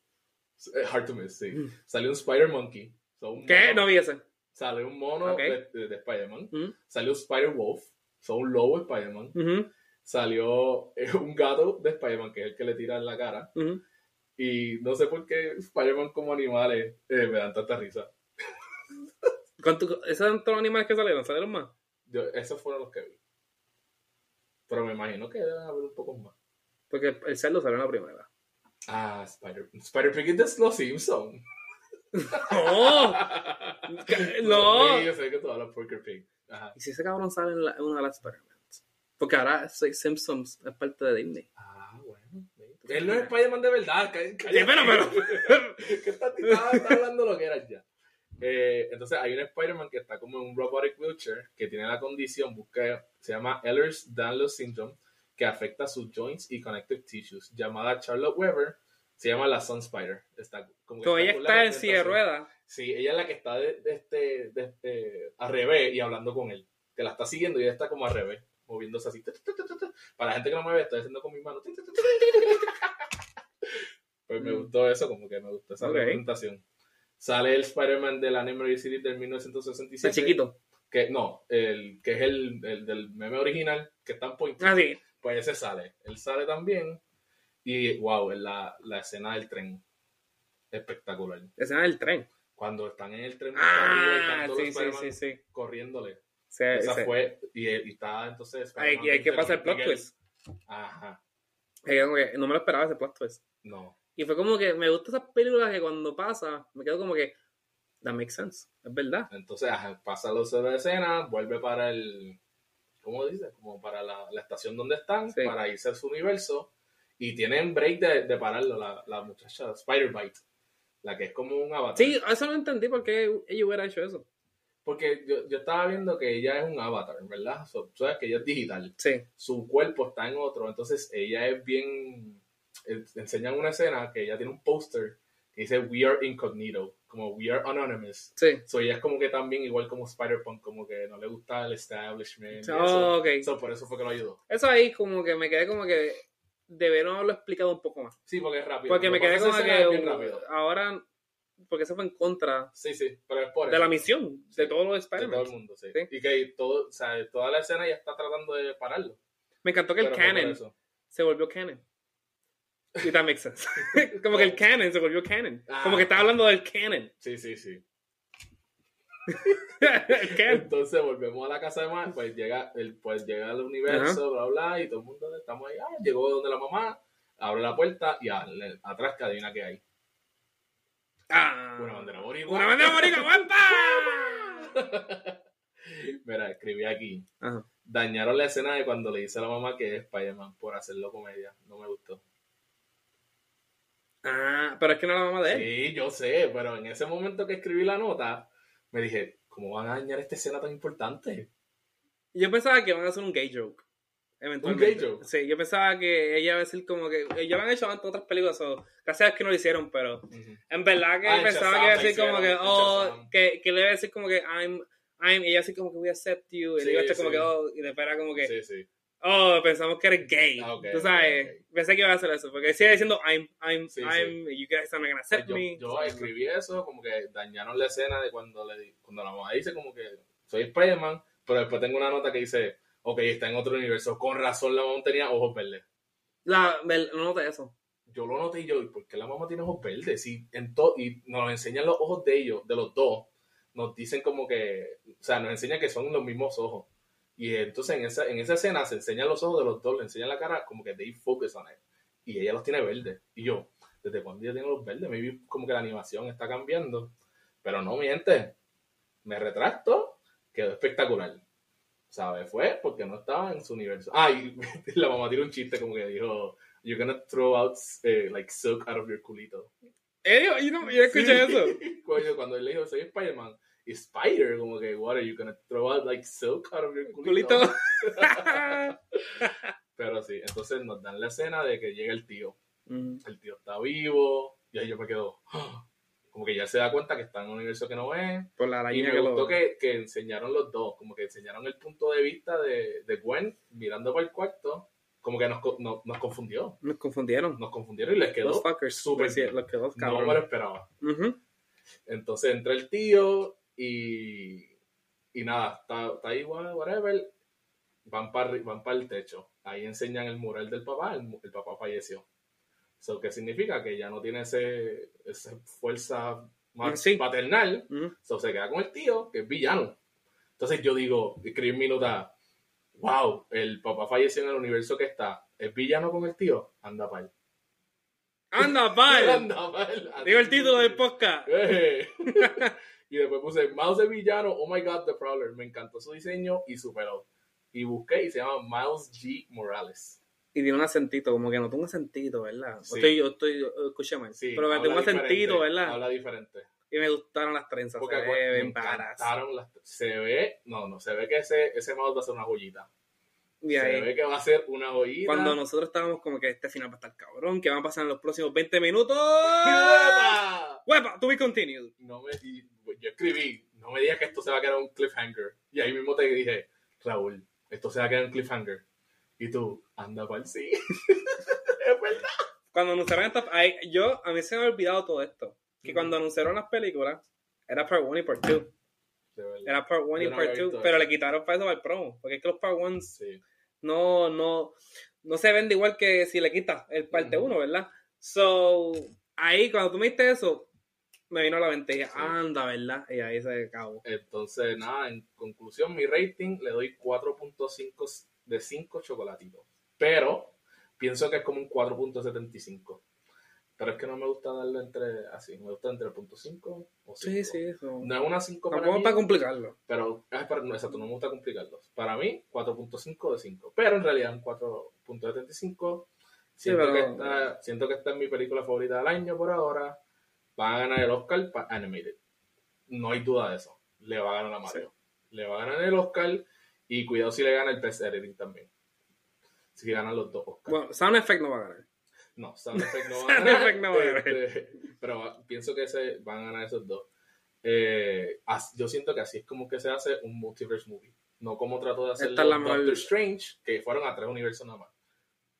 Speaker 1: Eh, Hard to miss, sí.
Speaker 2: Mm.
Speaker 1: Salió un Spider-Monkey. So, un
Speaker 2: ¿Qué?
Speaker 1: mono-
Speaker 2: No vi ese.
Speaker 1: Salió un mono
Speaker 2: Ok.
Speaker 1: de, de- de Spider-Man.
Speaker 2: Mm.
Speaker 1: Salió Spider-Wolf. So, un lobo Spider-Man.
Speaker 2: Ujú,
Speaker 1: Salió eh, un gato de Spider-Man, que es el que le tira en la cara.
Speaker 2: ujú.
Speaker 1: Y no sé por qué Spider-Man como animales eh, me dan tanta risa.
Speaker 2: ¿Cuánto- ¿Esos son todos los animales que salieron? ¿Salieron más?
Speaker 1: Yo- esos fueron los que vi. Pero me imagino que deben haber un poco más.
Speaker 2: Porque el- el cerdo salió en la primera.
Speaker 1: Ah, Spider- Spider-Pig es Los Simpsons.
Speaker 2: ¡No! Que- ¡No!
Speaker 1: Sí, yo sé que tú hablas Porker Pig. Ajá.
Speaker 2: ¿Y si ese cabrón sale en, la- en una de las Spider-Man? Porque ahora soy Simpsons es parte de Disney.
Speaker 1: Ah, bueno. sí. Él no es Spider-Man de verdad. cá- cállate.
Speaker 2: Sí, pero-
Speaker 1: que esta tipa está hablando lo que era ya. Eh, entonces hay un Spider-Man que está como en un robotic wheelchair que tiene la condición, busca, se llama Ehlers-Danlos Syndrome, que afecta sus joints y connective tissues. Llamada Charlotte Weber, se llama la Sun Spider. Está, como que
Speaker 2: Como ella
Speaker 1: con la
Speaker 2: está en silla de
Speaker 1: representación.
Speaker 2: ruedas.
Speaker 1: Sí, ella es la que está de, de este, de este, al revés y hablando con él. Que la está siguiendo y ella está como al revés, moviéndose así. tu, tu, tu, tu, tu. Para la gente que no me ve, estoy haciendo con mis manos. tu, tu, tu, tu, tu. Pues me
Speaker 2: Mm.
Speaker 1: gustó eso, como que me gustó esa
Speaker 2: Ok.
Speaker 1: representación. Sale el Spider-Man del Animated Series del 1967.
Speaker 2: El chiquito.
Speaker 1: Que, no, el que es el, el del meme original, que está en point.
Speaker 2: Ah, sí.
Speaker 1: Pues ese sale. Él sale también. Y wow, la, la escena del tren. Espectacular
Speaker 2: Escena del tren.
Speaker 1: cuando están en el tren arriba y
Speaker 2: Ah,
Speaker 1: están todos
Speaker 2: sí,
Speaker 1: los
Speaker 2: sí,
Speaker 1: Spider-Man
Speaker 2: sí, sí.
Speaker 1: corriéndole.
Speaker 2: Sí,
Speaker 1: Esa
Speaker 2: sí.
Speaker 1: fue, y, eh, y está entonces
Speaker 2: Hay,
Speaker 1: Spider-Man
Speaker 2: y hay que pasar el plot
Speaker 1: Miguel.
Speaker 2: twist.
Speaker 1: Ajá,
Speaker 2: Eh, como que No me lo esperaba ese plot twist.
Speaker 1: no.
Speaker 2: Y fue como que me gustan esas películas que cuando pasa, me quedo como que, that makes sense. Es verdad.
Speaker 1: Entonces, ajá, pasa los de escena, vuelve para el, ¿cómo dice? Como para la, la estación donde están,
Speaker 2: Sí.
Speaker 1: para irse a su universo, y tienen break de, de pararlo, la, la muchacha Spider-Bite, la que es como un avatar.
Speaker 2: Sí, eso no entendí por qué ella hubiera hecho eso.
Speaker 1: Porque yo, yo estaba viendo que ella es un avatar, ¿verdad? So, sabes que ella es digital.
Speaker 2: Sí.
Speaker 1: su cuerpo está en otro. Entonces ella es bien. eh, Enseñan una escena que ella tiene un póster que dice We are incognito, como We are anonymous.
Speaker 2: Sí.
Speaker 1: So ella es como que también, igual como Spider-Punk, como que no le gusta el establishment. y
Speaker 2: Oh,
Speaker 1: eso.
Speaker 2: ok.
Speaker 1: So, por eso fue que lo ayudó.
Speaker 2: Eso ahí como que me quedé como que debieron haberlo explicado un poco más.
Speaker 1: Sí, porque es rápido.
Speaker 2: Porque me
Speaker 1: Cuando
Speaker 2: quedé
Speaker 1: pasa
Speaker 2: como
Speaker 1: esa escena es bien
Speaker 2: que
Speaker 1: rápido.
Speaker 2: ahora, porque eso fue en contra
Speaker 1: Sí, sí, pero es por
Speaker 2: de
Speaker 1: eso,
Speaker 2: la misión de todos los
Speaker 1: de todo el
Speaker 2: Spider-Man.
Speaker 1: mundo, sí.
Speaker 2: Sí.
Speaker 1: Y que todo, o sea, toda la escena ya está tratando de pararlo.
Speaker 2: Me encantó que el
Speaker 1: pero fue por
Speaker 2: canon
Speaker 1: eso.
Speaker 2: se volvió canon. Y that makes sense. como que el canon se volvió canon.
Speaker 1: Ah.
Speaker 2: Como que estaba hablando del canon.
Speaker 1: Sí, sí, sí.
Speaker 2: el canon.
Speaker 1: Entonces volvemos a la casa de Mar, pues llega, el, pues llega al universo, bla, bla, y todo el mundo estamos ahí. Ah, llegó donde la mamá, abre la puerta y al- le- atrás que adivina que hay.
Speaker 2: Ah.
Speaker 1: Una bandera boricua.
Speaker 2: Una bandera morita, aguanta.
Speaker 1: Mira, escribí aquí.
Speaker 2: Ajá.
Speaker 1: Dañaron la escena de cuando le dice a la mamá que es Spider-Man por hacerlo comedia. No me gustó.
Speaker 2: Ah, pero es que no era la mamá de él.
Speaker 1: Sí, yo sé, pero en ese momento que escribí la nota, me dije, ¿cómo van a dañar esta escena tan importante?
Speaker 2: Yo pensaba que iban a hacer un gay joke. Eventualmente.
Speaker 1: Un gay joke.
Speaker 2: Sí, yo pensaba que ella iba a decir como que. Ellos lo han hecho antes otras películas, o casi es que no lo hicieron, pero.
Speaker 1: Ujú.
Speaker 2: En verdad que
Speaker 1: Ah, en
Speaker 2: pensaba
Speaker 1: Shazam
Speaker 2: que iba a
Speaker 1: lo
Speaker 2: decir como que.
Speaker 1: hicieron, en
Speaker 2: Oh,
Speaker 1: Shazam.
Speaker 2: que, que le iba a decir como que I'm. I'm, y ella así como que we accept you, y
Speaker 1: Sí,
Speaker 2: le iba a estar como
Speaker 1: sí.
Speaker 2: que oh, y después era como que
Speaker 1: Sí, sí.
Speaker 2: oh, pensamos que eres gay.
Speaker 1: Ah, ok,
Speaker 2: Tú sabes,
Speaker 1: ok,
Speaker 2: pensé que iba a hacer eso, porque sigue diciendo I'm, I'm,
Speaker 1: Sí, sí.
Speaker 2: I'm, you guys are not gonna accept
Speaker 1: yo,
Speaker 2: me.
Speaker 1: yo escribí eso, como que dañaron la escena de cuando le di- cuando la mamá dice como que soy Spider-Man, pero después tengo una nota que dice, ok, está en otro universo. Con razón la mamá tenía ojos verdes.
Speaker 2: La, me- no noté eso.
Speaker 1: Yo lo noté y yo, ¿y por qué la mamá tiene ojos verdes? Y, en to- y nos enseñan los ojos de ellos, de los dos. Nos dicen como que, o sea, nos enseñan que son los mismos ojos. Y entonces en esa, en esa escena se enseñan los ojos de los dos, le enseñan la cara, como que they focus on it. Y ella los tiene verdes. Y yo, ¿desde cuándo yo tengo los verdes? Maybe como que la animación está cambiando. Pero no miente. Me retracto. Quedó espectacular. ¿Sabes? Fue porque no estaba en su universo. Ah, y la mamá tiró un chiste como que dijo, You're gonna throw out, eh, like, silk out of your culito.
Speaker 2: Eh, yo, yo no, yo escuché
Speaker 1: Sí.
Speaker 2: eso.
Speaker 1: Coño, cuando él le dijo, soy Spider-Man, y Spider, como que, what are you gonna throw out, like, silk out of your
Speaker 2: Culito.
Speaker 1: Pero sí, entonces nos dan la escena de que llega el tío.
Speaker 2: Mm.
Speaker 1: El tío está vivo, y ahí yo me quedo, "Ah". como que ya se da cuenta que está en un universo que no es.
Speaker 2: Por la
Speaker 1: Y
Speaker 2: araña
Speaker 1: me
Speaker 2: que
Speaker 1: gustó
Speaker 2: lo.
Speaker 1: que, que enseñaron los dos, como que enseñaron el punto de vista de, de Gwen mirando para el cuarto, como que nos, co- no- nos confundió,
Speaker 2: Nos confundieron.
Speaker 1: nos confundieron y les quedó
Speaker 2: Los fuckers.
Speaker 1: súper
Speaker 2: sí,
Speaker 1: bien.
Speaker 2: Los quedó
Speaker 1: No me lo
Speaker 2: cabrón.
Speaker 1: esperaba.
Speaker 2: Ujú.
Speaker 1: Entonces entra el tío y, y nada, está, está ahí, wha- whatever. Van para van pa el techo. Ahí enseñan el mural del papá. El, mu- el papá falleció. Eso que significa que ya no tiene ese, esa fuerza más
Speaker 2: Sí.
Speaker 1: paternal.
Speaker 2: Ujú.
Speaker 1: So, se queda con el tío, que es villano. Entonces yo digo, escribí en mi nota, wow, el papá falleció en el universo que está. ¿Es villano con el tío? Anda pa'l.
Speaker 2: Anda, bye.
Speaker 1: Anda pa'l.
Speaker 2: Digo el título del podcast.
Speaker 1: Eh. y después puse Mouse de villano, oh my god, The Prowler. Me encantó su diseño y superó. Y busqué y se llama Miles G. Morales.
Speaker 2: Y tiene un acentito, como que no tengo un acentito, ¿verdad?
Speaker 1: Sí.
Speaker 2: Estoy, yo estoy, yo escuché mal.
Speaker 1: Sí,
Speaker 2: Pero que
Speaker 1: habla
Speaker 2: tengo un acentito,
Speaker 1: diferente,
Speaker 2: ¿verdad?
Speaker 1: Habla diferente.
Speaker 2: Y me gustaron las trenzas.
Speaker 1: Porque
Speaker 2: se
Speaker 1: acu- me
Speaker 2: ven varas.
Speaker 1: encantaron las- Se ve, no, no, se ve que ese, ese mouse va a ser una joyita.
Speaker 2: Y
Speaker 1: Se
Speaker 2: ahí,
Speaker 1: ve que va a ser una joyita.
Speaker 2: cuando nosotros estábamos como que este final va a estar cabrón, que van a pasar en los próximos 20 minutos.
Speaker 1: ¡Hueva!
Speaker 2: ¡Huepa! To be continued.
Speaker 1: No me, y yo escribí, no me digas que esto se va a quedar un cliffhanger. Y ahí mismo te dije, Raúl, esto se va a quedar un cliffhanger. Y tú, anda pa'l sí. es verdad.
Speaker 2: Cuando anunciaron estas. ahí- Yo, a mí se me ha olvidado todo esto. Que
Speaker 1: Ujú.
Speaker 2: cuando anunciaron las películas, era part 1 y part 2.
Speaker 1: De verdad.
Speaker 2: Era part 1 y
Speaker 1: Yo no
Speaker 2: part
Speaker 1: había
Speaker 2: 2.
Speaker 1: visto
Speaker 2: pero
Speaker 1: eso.
Speaker 2: le quitaron para eso al promo. Porque es que los part 1
Speaker 1: Sí.
Speaker 2: no, no, no se vende igual que si le quitas el parte
Speaker 1: Ujú.
Speaker 2: 1, ¿verdad? So, ahí cuando tú me diste eso, me vino a la mente y dije,
Speaker 1: Sí.
Speaker 2: anda, ¿verdad? Y ahí se acabó.
Speaker 1: Entonces, nada, en conclusión, mi rating le doy 4.5 de 5 chocolatitos. Pero pienso que es como un 4.75. Pero es que no me gusta darle entre así, me gusta entre 0.5 o 5.
Speaker 2: Sí, sí, eso.
Speaker 1: No es una 5 para
Speaker 2: Tampoco
Speaker 1: mí,
Speaker 2: para complicarlo.
Speaker 1: pero ah, para- no, exacto, no me gusta complicarlos. Para mí, 4.5 de 5. Pero en realidad, un 4.75.
Speaker 2: Sí,
Speaker 1: Siento, que
Speaker 2: pero-
Speaker 1: esta, siento que esta es mi película favorita del año por ahora. Va a ganar el Oscar para Animated. No hay duda de eso. Le va a ganar a Mario. Le va a ganar el Oscar. Y cuidado si le gana el Best Editing también. Si ganan los dos Oscars.
Speaker 2: Bueno, Sound Effect no va a
Speaker 1: Eh,
Speaker 2: ganar.
Speaker 1: No, Sound Effect no va a
Speaker 2: Sound
Speaker 1: ganar.
Speaker 2: Effect no va a ganar.
Speaker 1: Este, pero va- pienso que se van a ganar esos dos. Eh, as- yo siento que así es como que se hace un multiverse movie. No como trató de hacer
Speaker 2: Esta es la mejor-
Speaker 1: Doctor Strange, que fueron a tres universos nada más.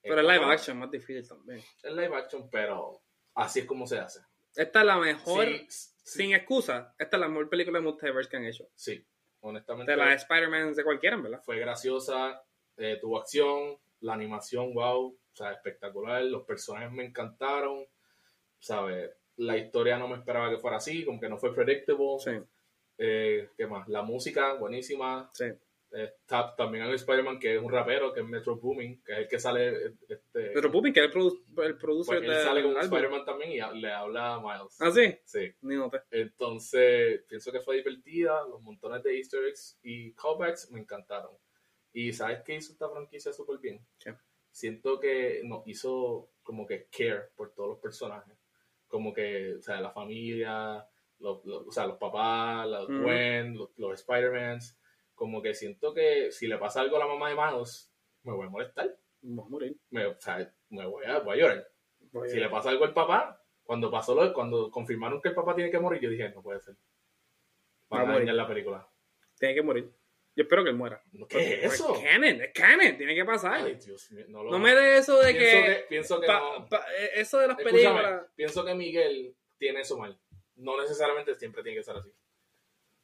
Speaker 2: Pero es
Speaker 1: Esta
Speaker 2: live
Speaker 1: no,
Speaker 2: action, más difícil también.
Speaker 1: Es live action, pero así es como se hace.
Speaker 2: Esta es la mejor,
Speaker 1: Sí, sí,
Speaker 2: sin excusa, esta es la mejor película de multiverse que han hecho.
Speaker 1: sí. honestamente.
Speaker 2: De la Spider-Man de cualquiera, ¿verdad?
Speaker 1: Fue graciosa, eh, tuvo acción, la animación, wow, o sea, espectacular, los personajes me encantaron, ¿sabes? La historia no me esperaba que fuera así, como que no fue predictable.
Speaker 2: Sí,
Speaker 1: Eh, ¿Qué más? La música, buenísima.
Speaker 2: sí.
Speaker 1: Eh, ta- también hay Spider-Man, que es un rapero, que es Metro Booming, que es el que sale. eh, Este,
Speaker 2: Pero Pupin, que es el, produ- el producer
Speaker 1: pues, él sale
Speaker 2: del
Speaker 1: con
Speaker 2: álbum.
Speaker 1: Spider-Man también y ha- le habla a Miles.
Speaker 2: ¿Ah, sí?
Speaker 1: Sí.
Speaker 2: Ni noté.
Speaker 1: Entonces, pienso que fue divertida, los montones de easter eggs y callbacks me encantaron. Y sabes que hizo esta franquicia súper bien.
Speaker 2: ¿Qué?
Speaker 1: Siento que nos hizo como que care por todos los personajes. Como que, o sea, la familia, los, los- o sea, los papás, los
Speaker 2: Ujú.
Speaker 1: Gwen, los, los Spider-Mans. Como que siento que si le pasa algo a la mamá de Miles, me voy a molestar.
Speaker 2: Me voy a morir.
Speaker 1: Me,
Speaker 2: Pues,
Speaker 1: o sea, me voy, a, voy a llorar.
Speaker 2: Voy a-
Speaker 1: Si le pasa algo al papá, cuando pasó lo, cuando confirmaron que el papá tiene que morir, yo dije, no puede ser.
Speaker 2: Va a
Speaker 1: Van a
Speaker 2: morir.
Speaker 1: dañar la película.
Speaker 2: Tiene que morir. Yo espero que él muera. Pues,
Speaker 1: No, ¿Qué es eso?
Speaker 2: Es canon, es canon, tiene que pasar.
Speaker 1: Ay, Dios mío, no lo
Speaker 2: no me de eso de que.
Speaker 1: pienso que, pienso que
Speaker 2: pa-
Speaker 1: no.
Speaker 2: pa- eh, eso de las
Speaker 1: Escúchame,
Speaker 2: películas.
Speaker 1: pienso que Miguel tiene eso mal. No necesariamente siempre tiene que ser así.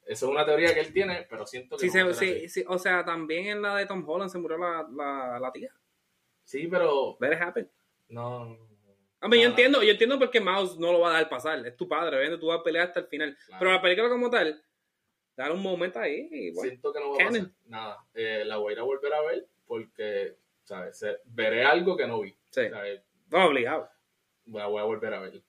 Speaker 1: Esa es una teoría que él tiene, pero siento que
Speaker 2: Sí,
Speaker 1: no
Speaker 2: se-
Speaker 1: va a ser
Speaker 2: sí,
Speaker 1: así.
Speaker 2: sí, o sea, también en la de Tom Holland se murió la, la, la tía.
Speaker 1: Sí, pero
Speaker 2: Let it happen.
Speaker 1: no. no,
Speaker 2: A mí, yo
Speaker 1: Nada.
Speaker 2: entiendo, yo entiendo por qué Mouse no lo va a dejar pasar. Es tu padre, ¿ves? tú vas a pelear hasta el final.
Speaker 1: Claro.
Speaker 2: Pero la película como tal, dar un momento ahí. y bueno.
Speaker 1: Siento que no va a pasar
Speaker 2: Canon.
Speaker 1: nada. Eh, la voy a ir a volver a ver porque, ¿sabes? Se- Veré algo que no vi.
Speaker 2: Sí.
Speaker 1: ¿sabes?
Speaker 2: No, obligado.
Speaker 1: La voy a volver a ver.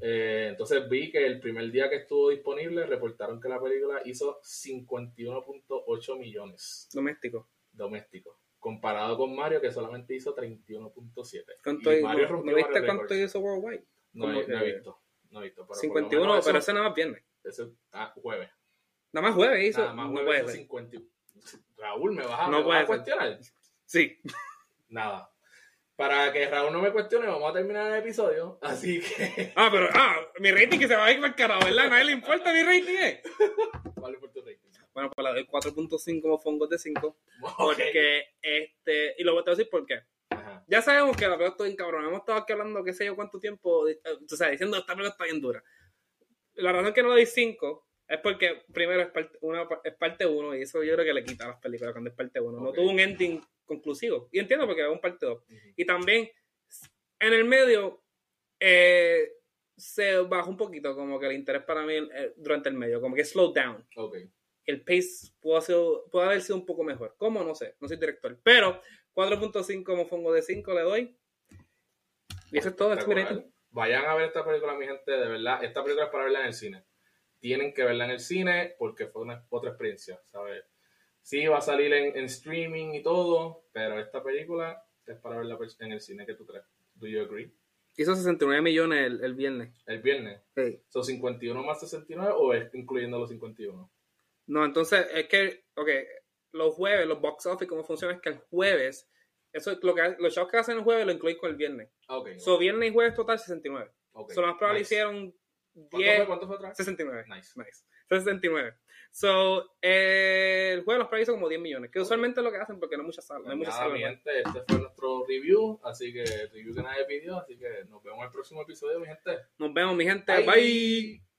Speaker 1: Eh, entonces vi que el primer día que estuvo disponible reportaron que la película hizo 51.8 millones
Speaker 2: Doméstico.
Speaker 1: domésticos, comparado con Mario que solamente hizo 31.7.
Speaker 2: ¿Cuánto
Speaker 1: Y
Speaker 2: hizo-
Speaker 1: Mario
Speaker 2: ¿No,
Speaker 1: rompió
Speaker 2: ¿no viste
Speaker 1: varios
Speaker 2: cuánto
Speaker 1: récords.
Speaker 2: hizo Worldwide?
Speaker 1: No, he-
Speaker 2: como
Speaker 1: no he
Speaker 2: que-
Speaker 1: visto. No he visto. Pero por lo
Speaker 2: 51,
Speaker 1: menos
Speaker 2: pero
Speaker 1: eso,
Speaker 2: ese nada más viernes.
Speaker 1: eso- ah, jueves.
Speaker 2: Nada más jueves hizo.
Speaker 1: Nada más
Speaker 2: no
Speaker 1: jueves
Speaker 2: puede
Speaker 1: hizo
Speaker 2: ser.
Speaker 1: 51. Raúl, ¿me vas a,
Speaker 2: No
Speaker 1: me vas
Speaker 2: puede
Speaker 1: a
Speaker 2: ser.
Speaker 1: cuestionar?
Speaker 2: Sí.
Speaker 1: Nada. Para que Raúl no me cuestione, vamos a terminar el episodio. Así que.
Speaker 2: Ah, pero ah, mi rating que se va a ir para el carajo, ¿verdad? A nadie le importa mi rating. eh.
Speaker 1: ¿Cuál fue tu rating?
Speaker 2: Bueno, pues la doy 4.5 como fongos de 5.
Speaker 1: Ok.
Speaker 2: Porque, este, y lo voy a decir por qué.
Speaker 1: Ajá.
Speaker 2: Ya sabemos que la pelota está bien cabrón. Hemos estado aquí hablando qué sé yo cuánto tiempo, eh, o sea, diciendo esta pelota está bien dura. La razón que no le doy 5 es porque, primero, es parte 1 es parte uno, y eso yo creo que le quita a las películas cuando es parte 1. No
Speaker 1: Ok.
Speaker 2: tuvo un ending conclusivo. Y entiendo porque es un parte 2. Y también, en el medio, eh, se bajó un poquito como que el interés para mí eh, durante el medio, como que slow down
Speaker 1: Ok.
Speaker 2: el pace pudo, hacer- pudo haber sido un poco mejor. ¿Cómo? No sé, no soy director. Pero 4.5 como fongo de 5 le doy. Y eso es todo, es mi
Speaker 1: Espectacular.
Speaker 2: rating.
Speaker 1: Vayan a ver esta película, mi gente, de verdad. Esta película es para verla en el cine. Tienen que verla en el cine porque fue una, otra experiencia, ¿sabes? Sí, va a salir en, en streaming y todo, pero esta película es para verla pers- en el cine que tú crees. ¿Do you agree?
Speaker 2: Hizo 69 millones el, el viernes.
Speaker 1: El viernes. ¿Son 51 más 69 o es incluyendo los 51?
Speaker 2: No, entonces es que, ok, los jueves, los box office, cómo funciona es que el jueves, eso es lo que ha- los shows que hacen el jueves lo incluís con el viernes.
Speaker 1: Ah, ok.
Speaker 2: So, viernes y jueves total 69.
Speaker 1: ok.
Speaker 2: So, lo más probable
Speaker 1: Nice.
Speaker 2: hicieron
Speaker 1: ¿Cuánto fue?
Speaker 2: 10,
Speaker 1: ¿Cuánto fue atrás?
Speaker 2: 69.
Speaker 1: Nice.
Speaker 2: Nice. 69. So, eh, el juego de los precios son como 10 millones, que usualmente es lo que hacen porque no hay muchas salas. No hay muchas
Speaker 1: Pues Nada,
Speaker 2: salas.
Speaker 1: mi
Speaker 2: ¿verdad?
Speaker 1: gente, este fue nuestro review, así que review que nadie pidió, así que nos vemos en el próximo episodio, mi gente.
Speaker 2: Nos vemos, mi gente.
Speaker 1: Bye.
Speaker 2: Bye.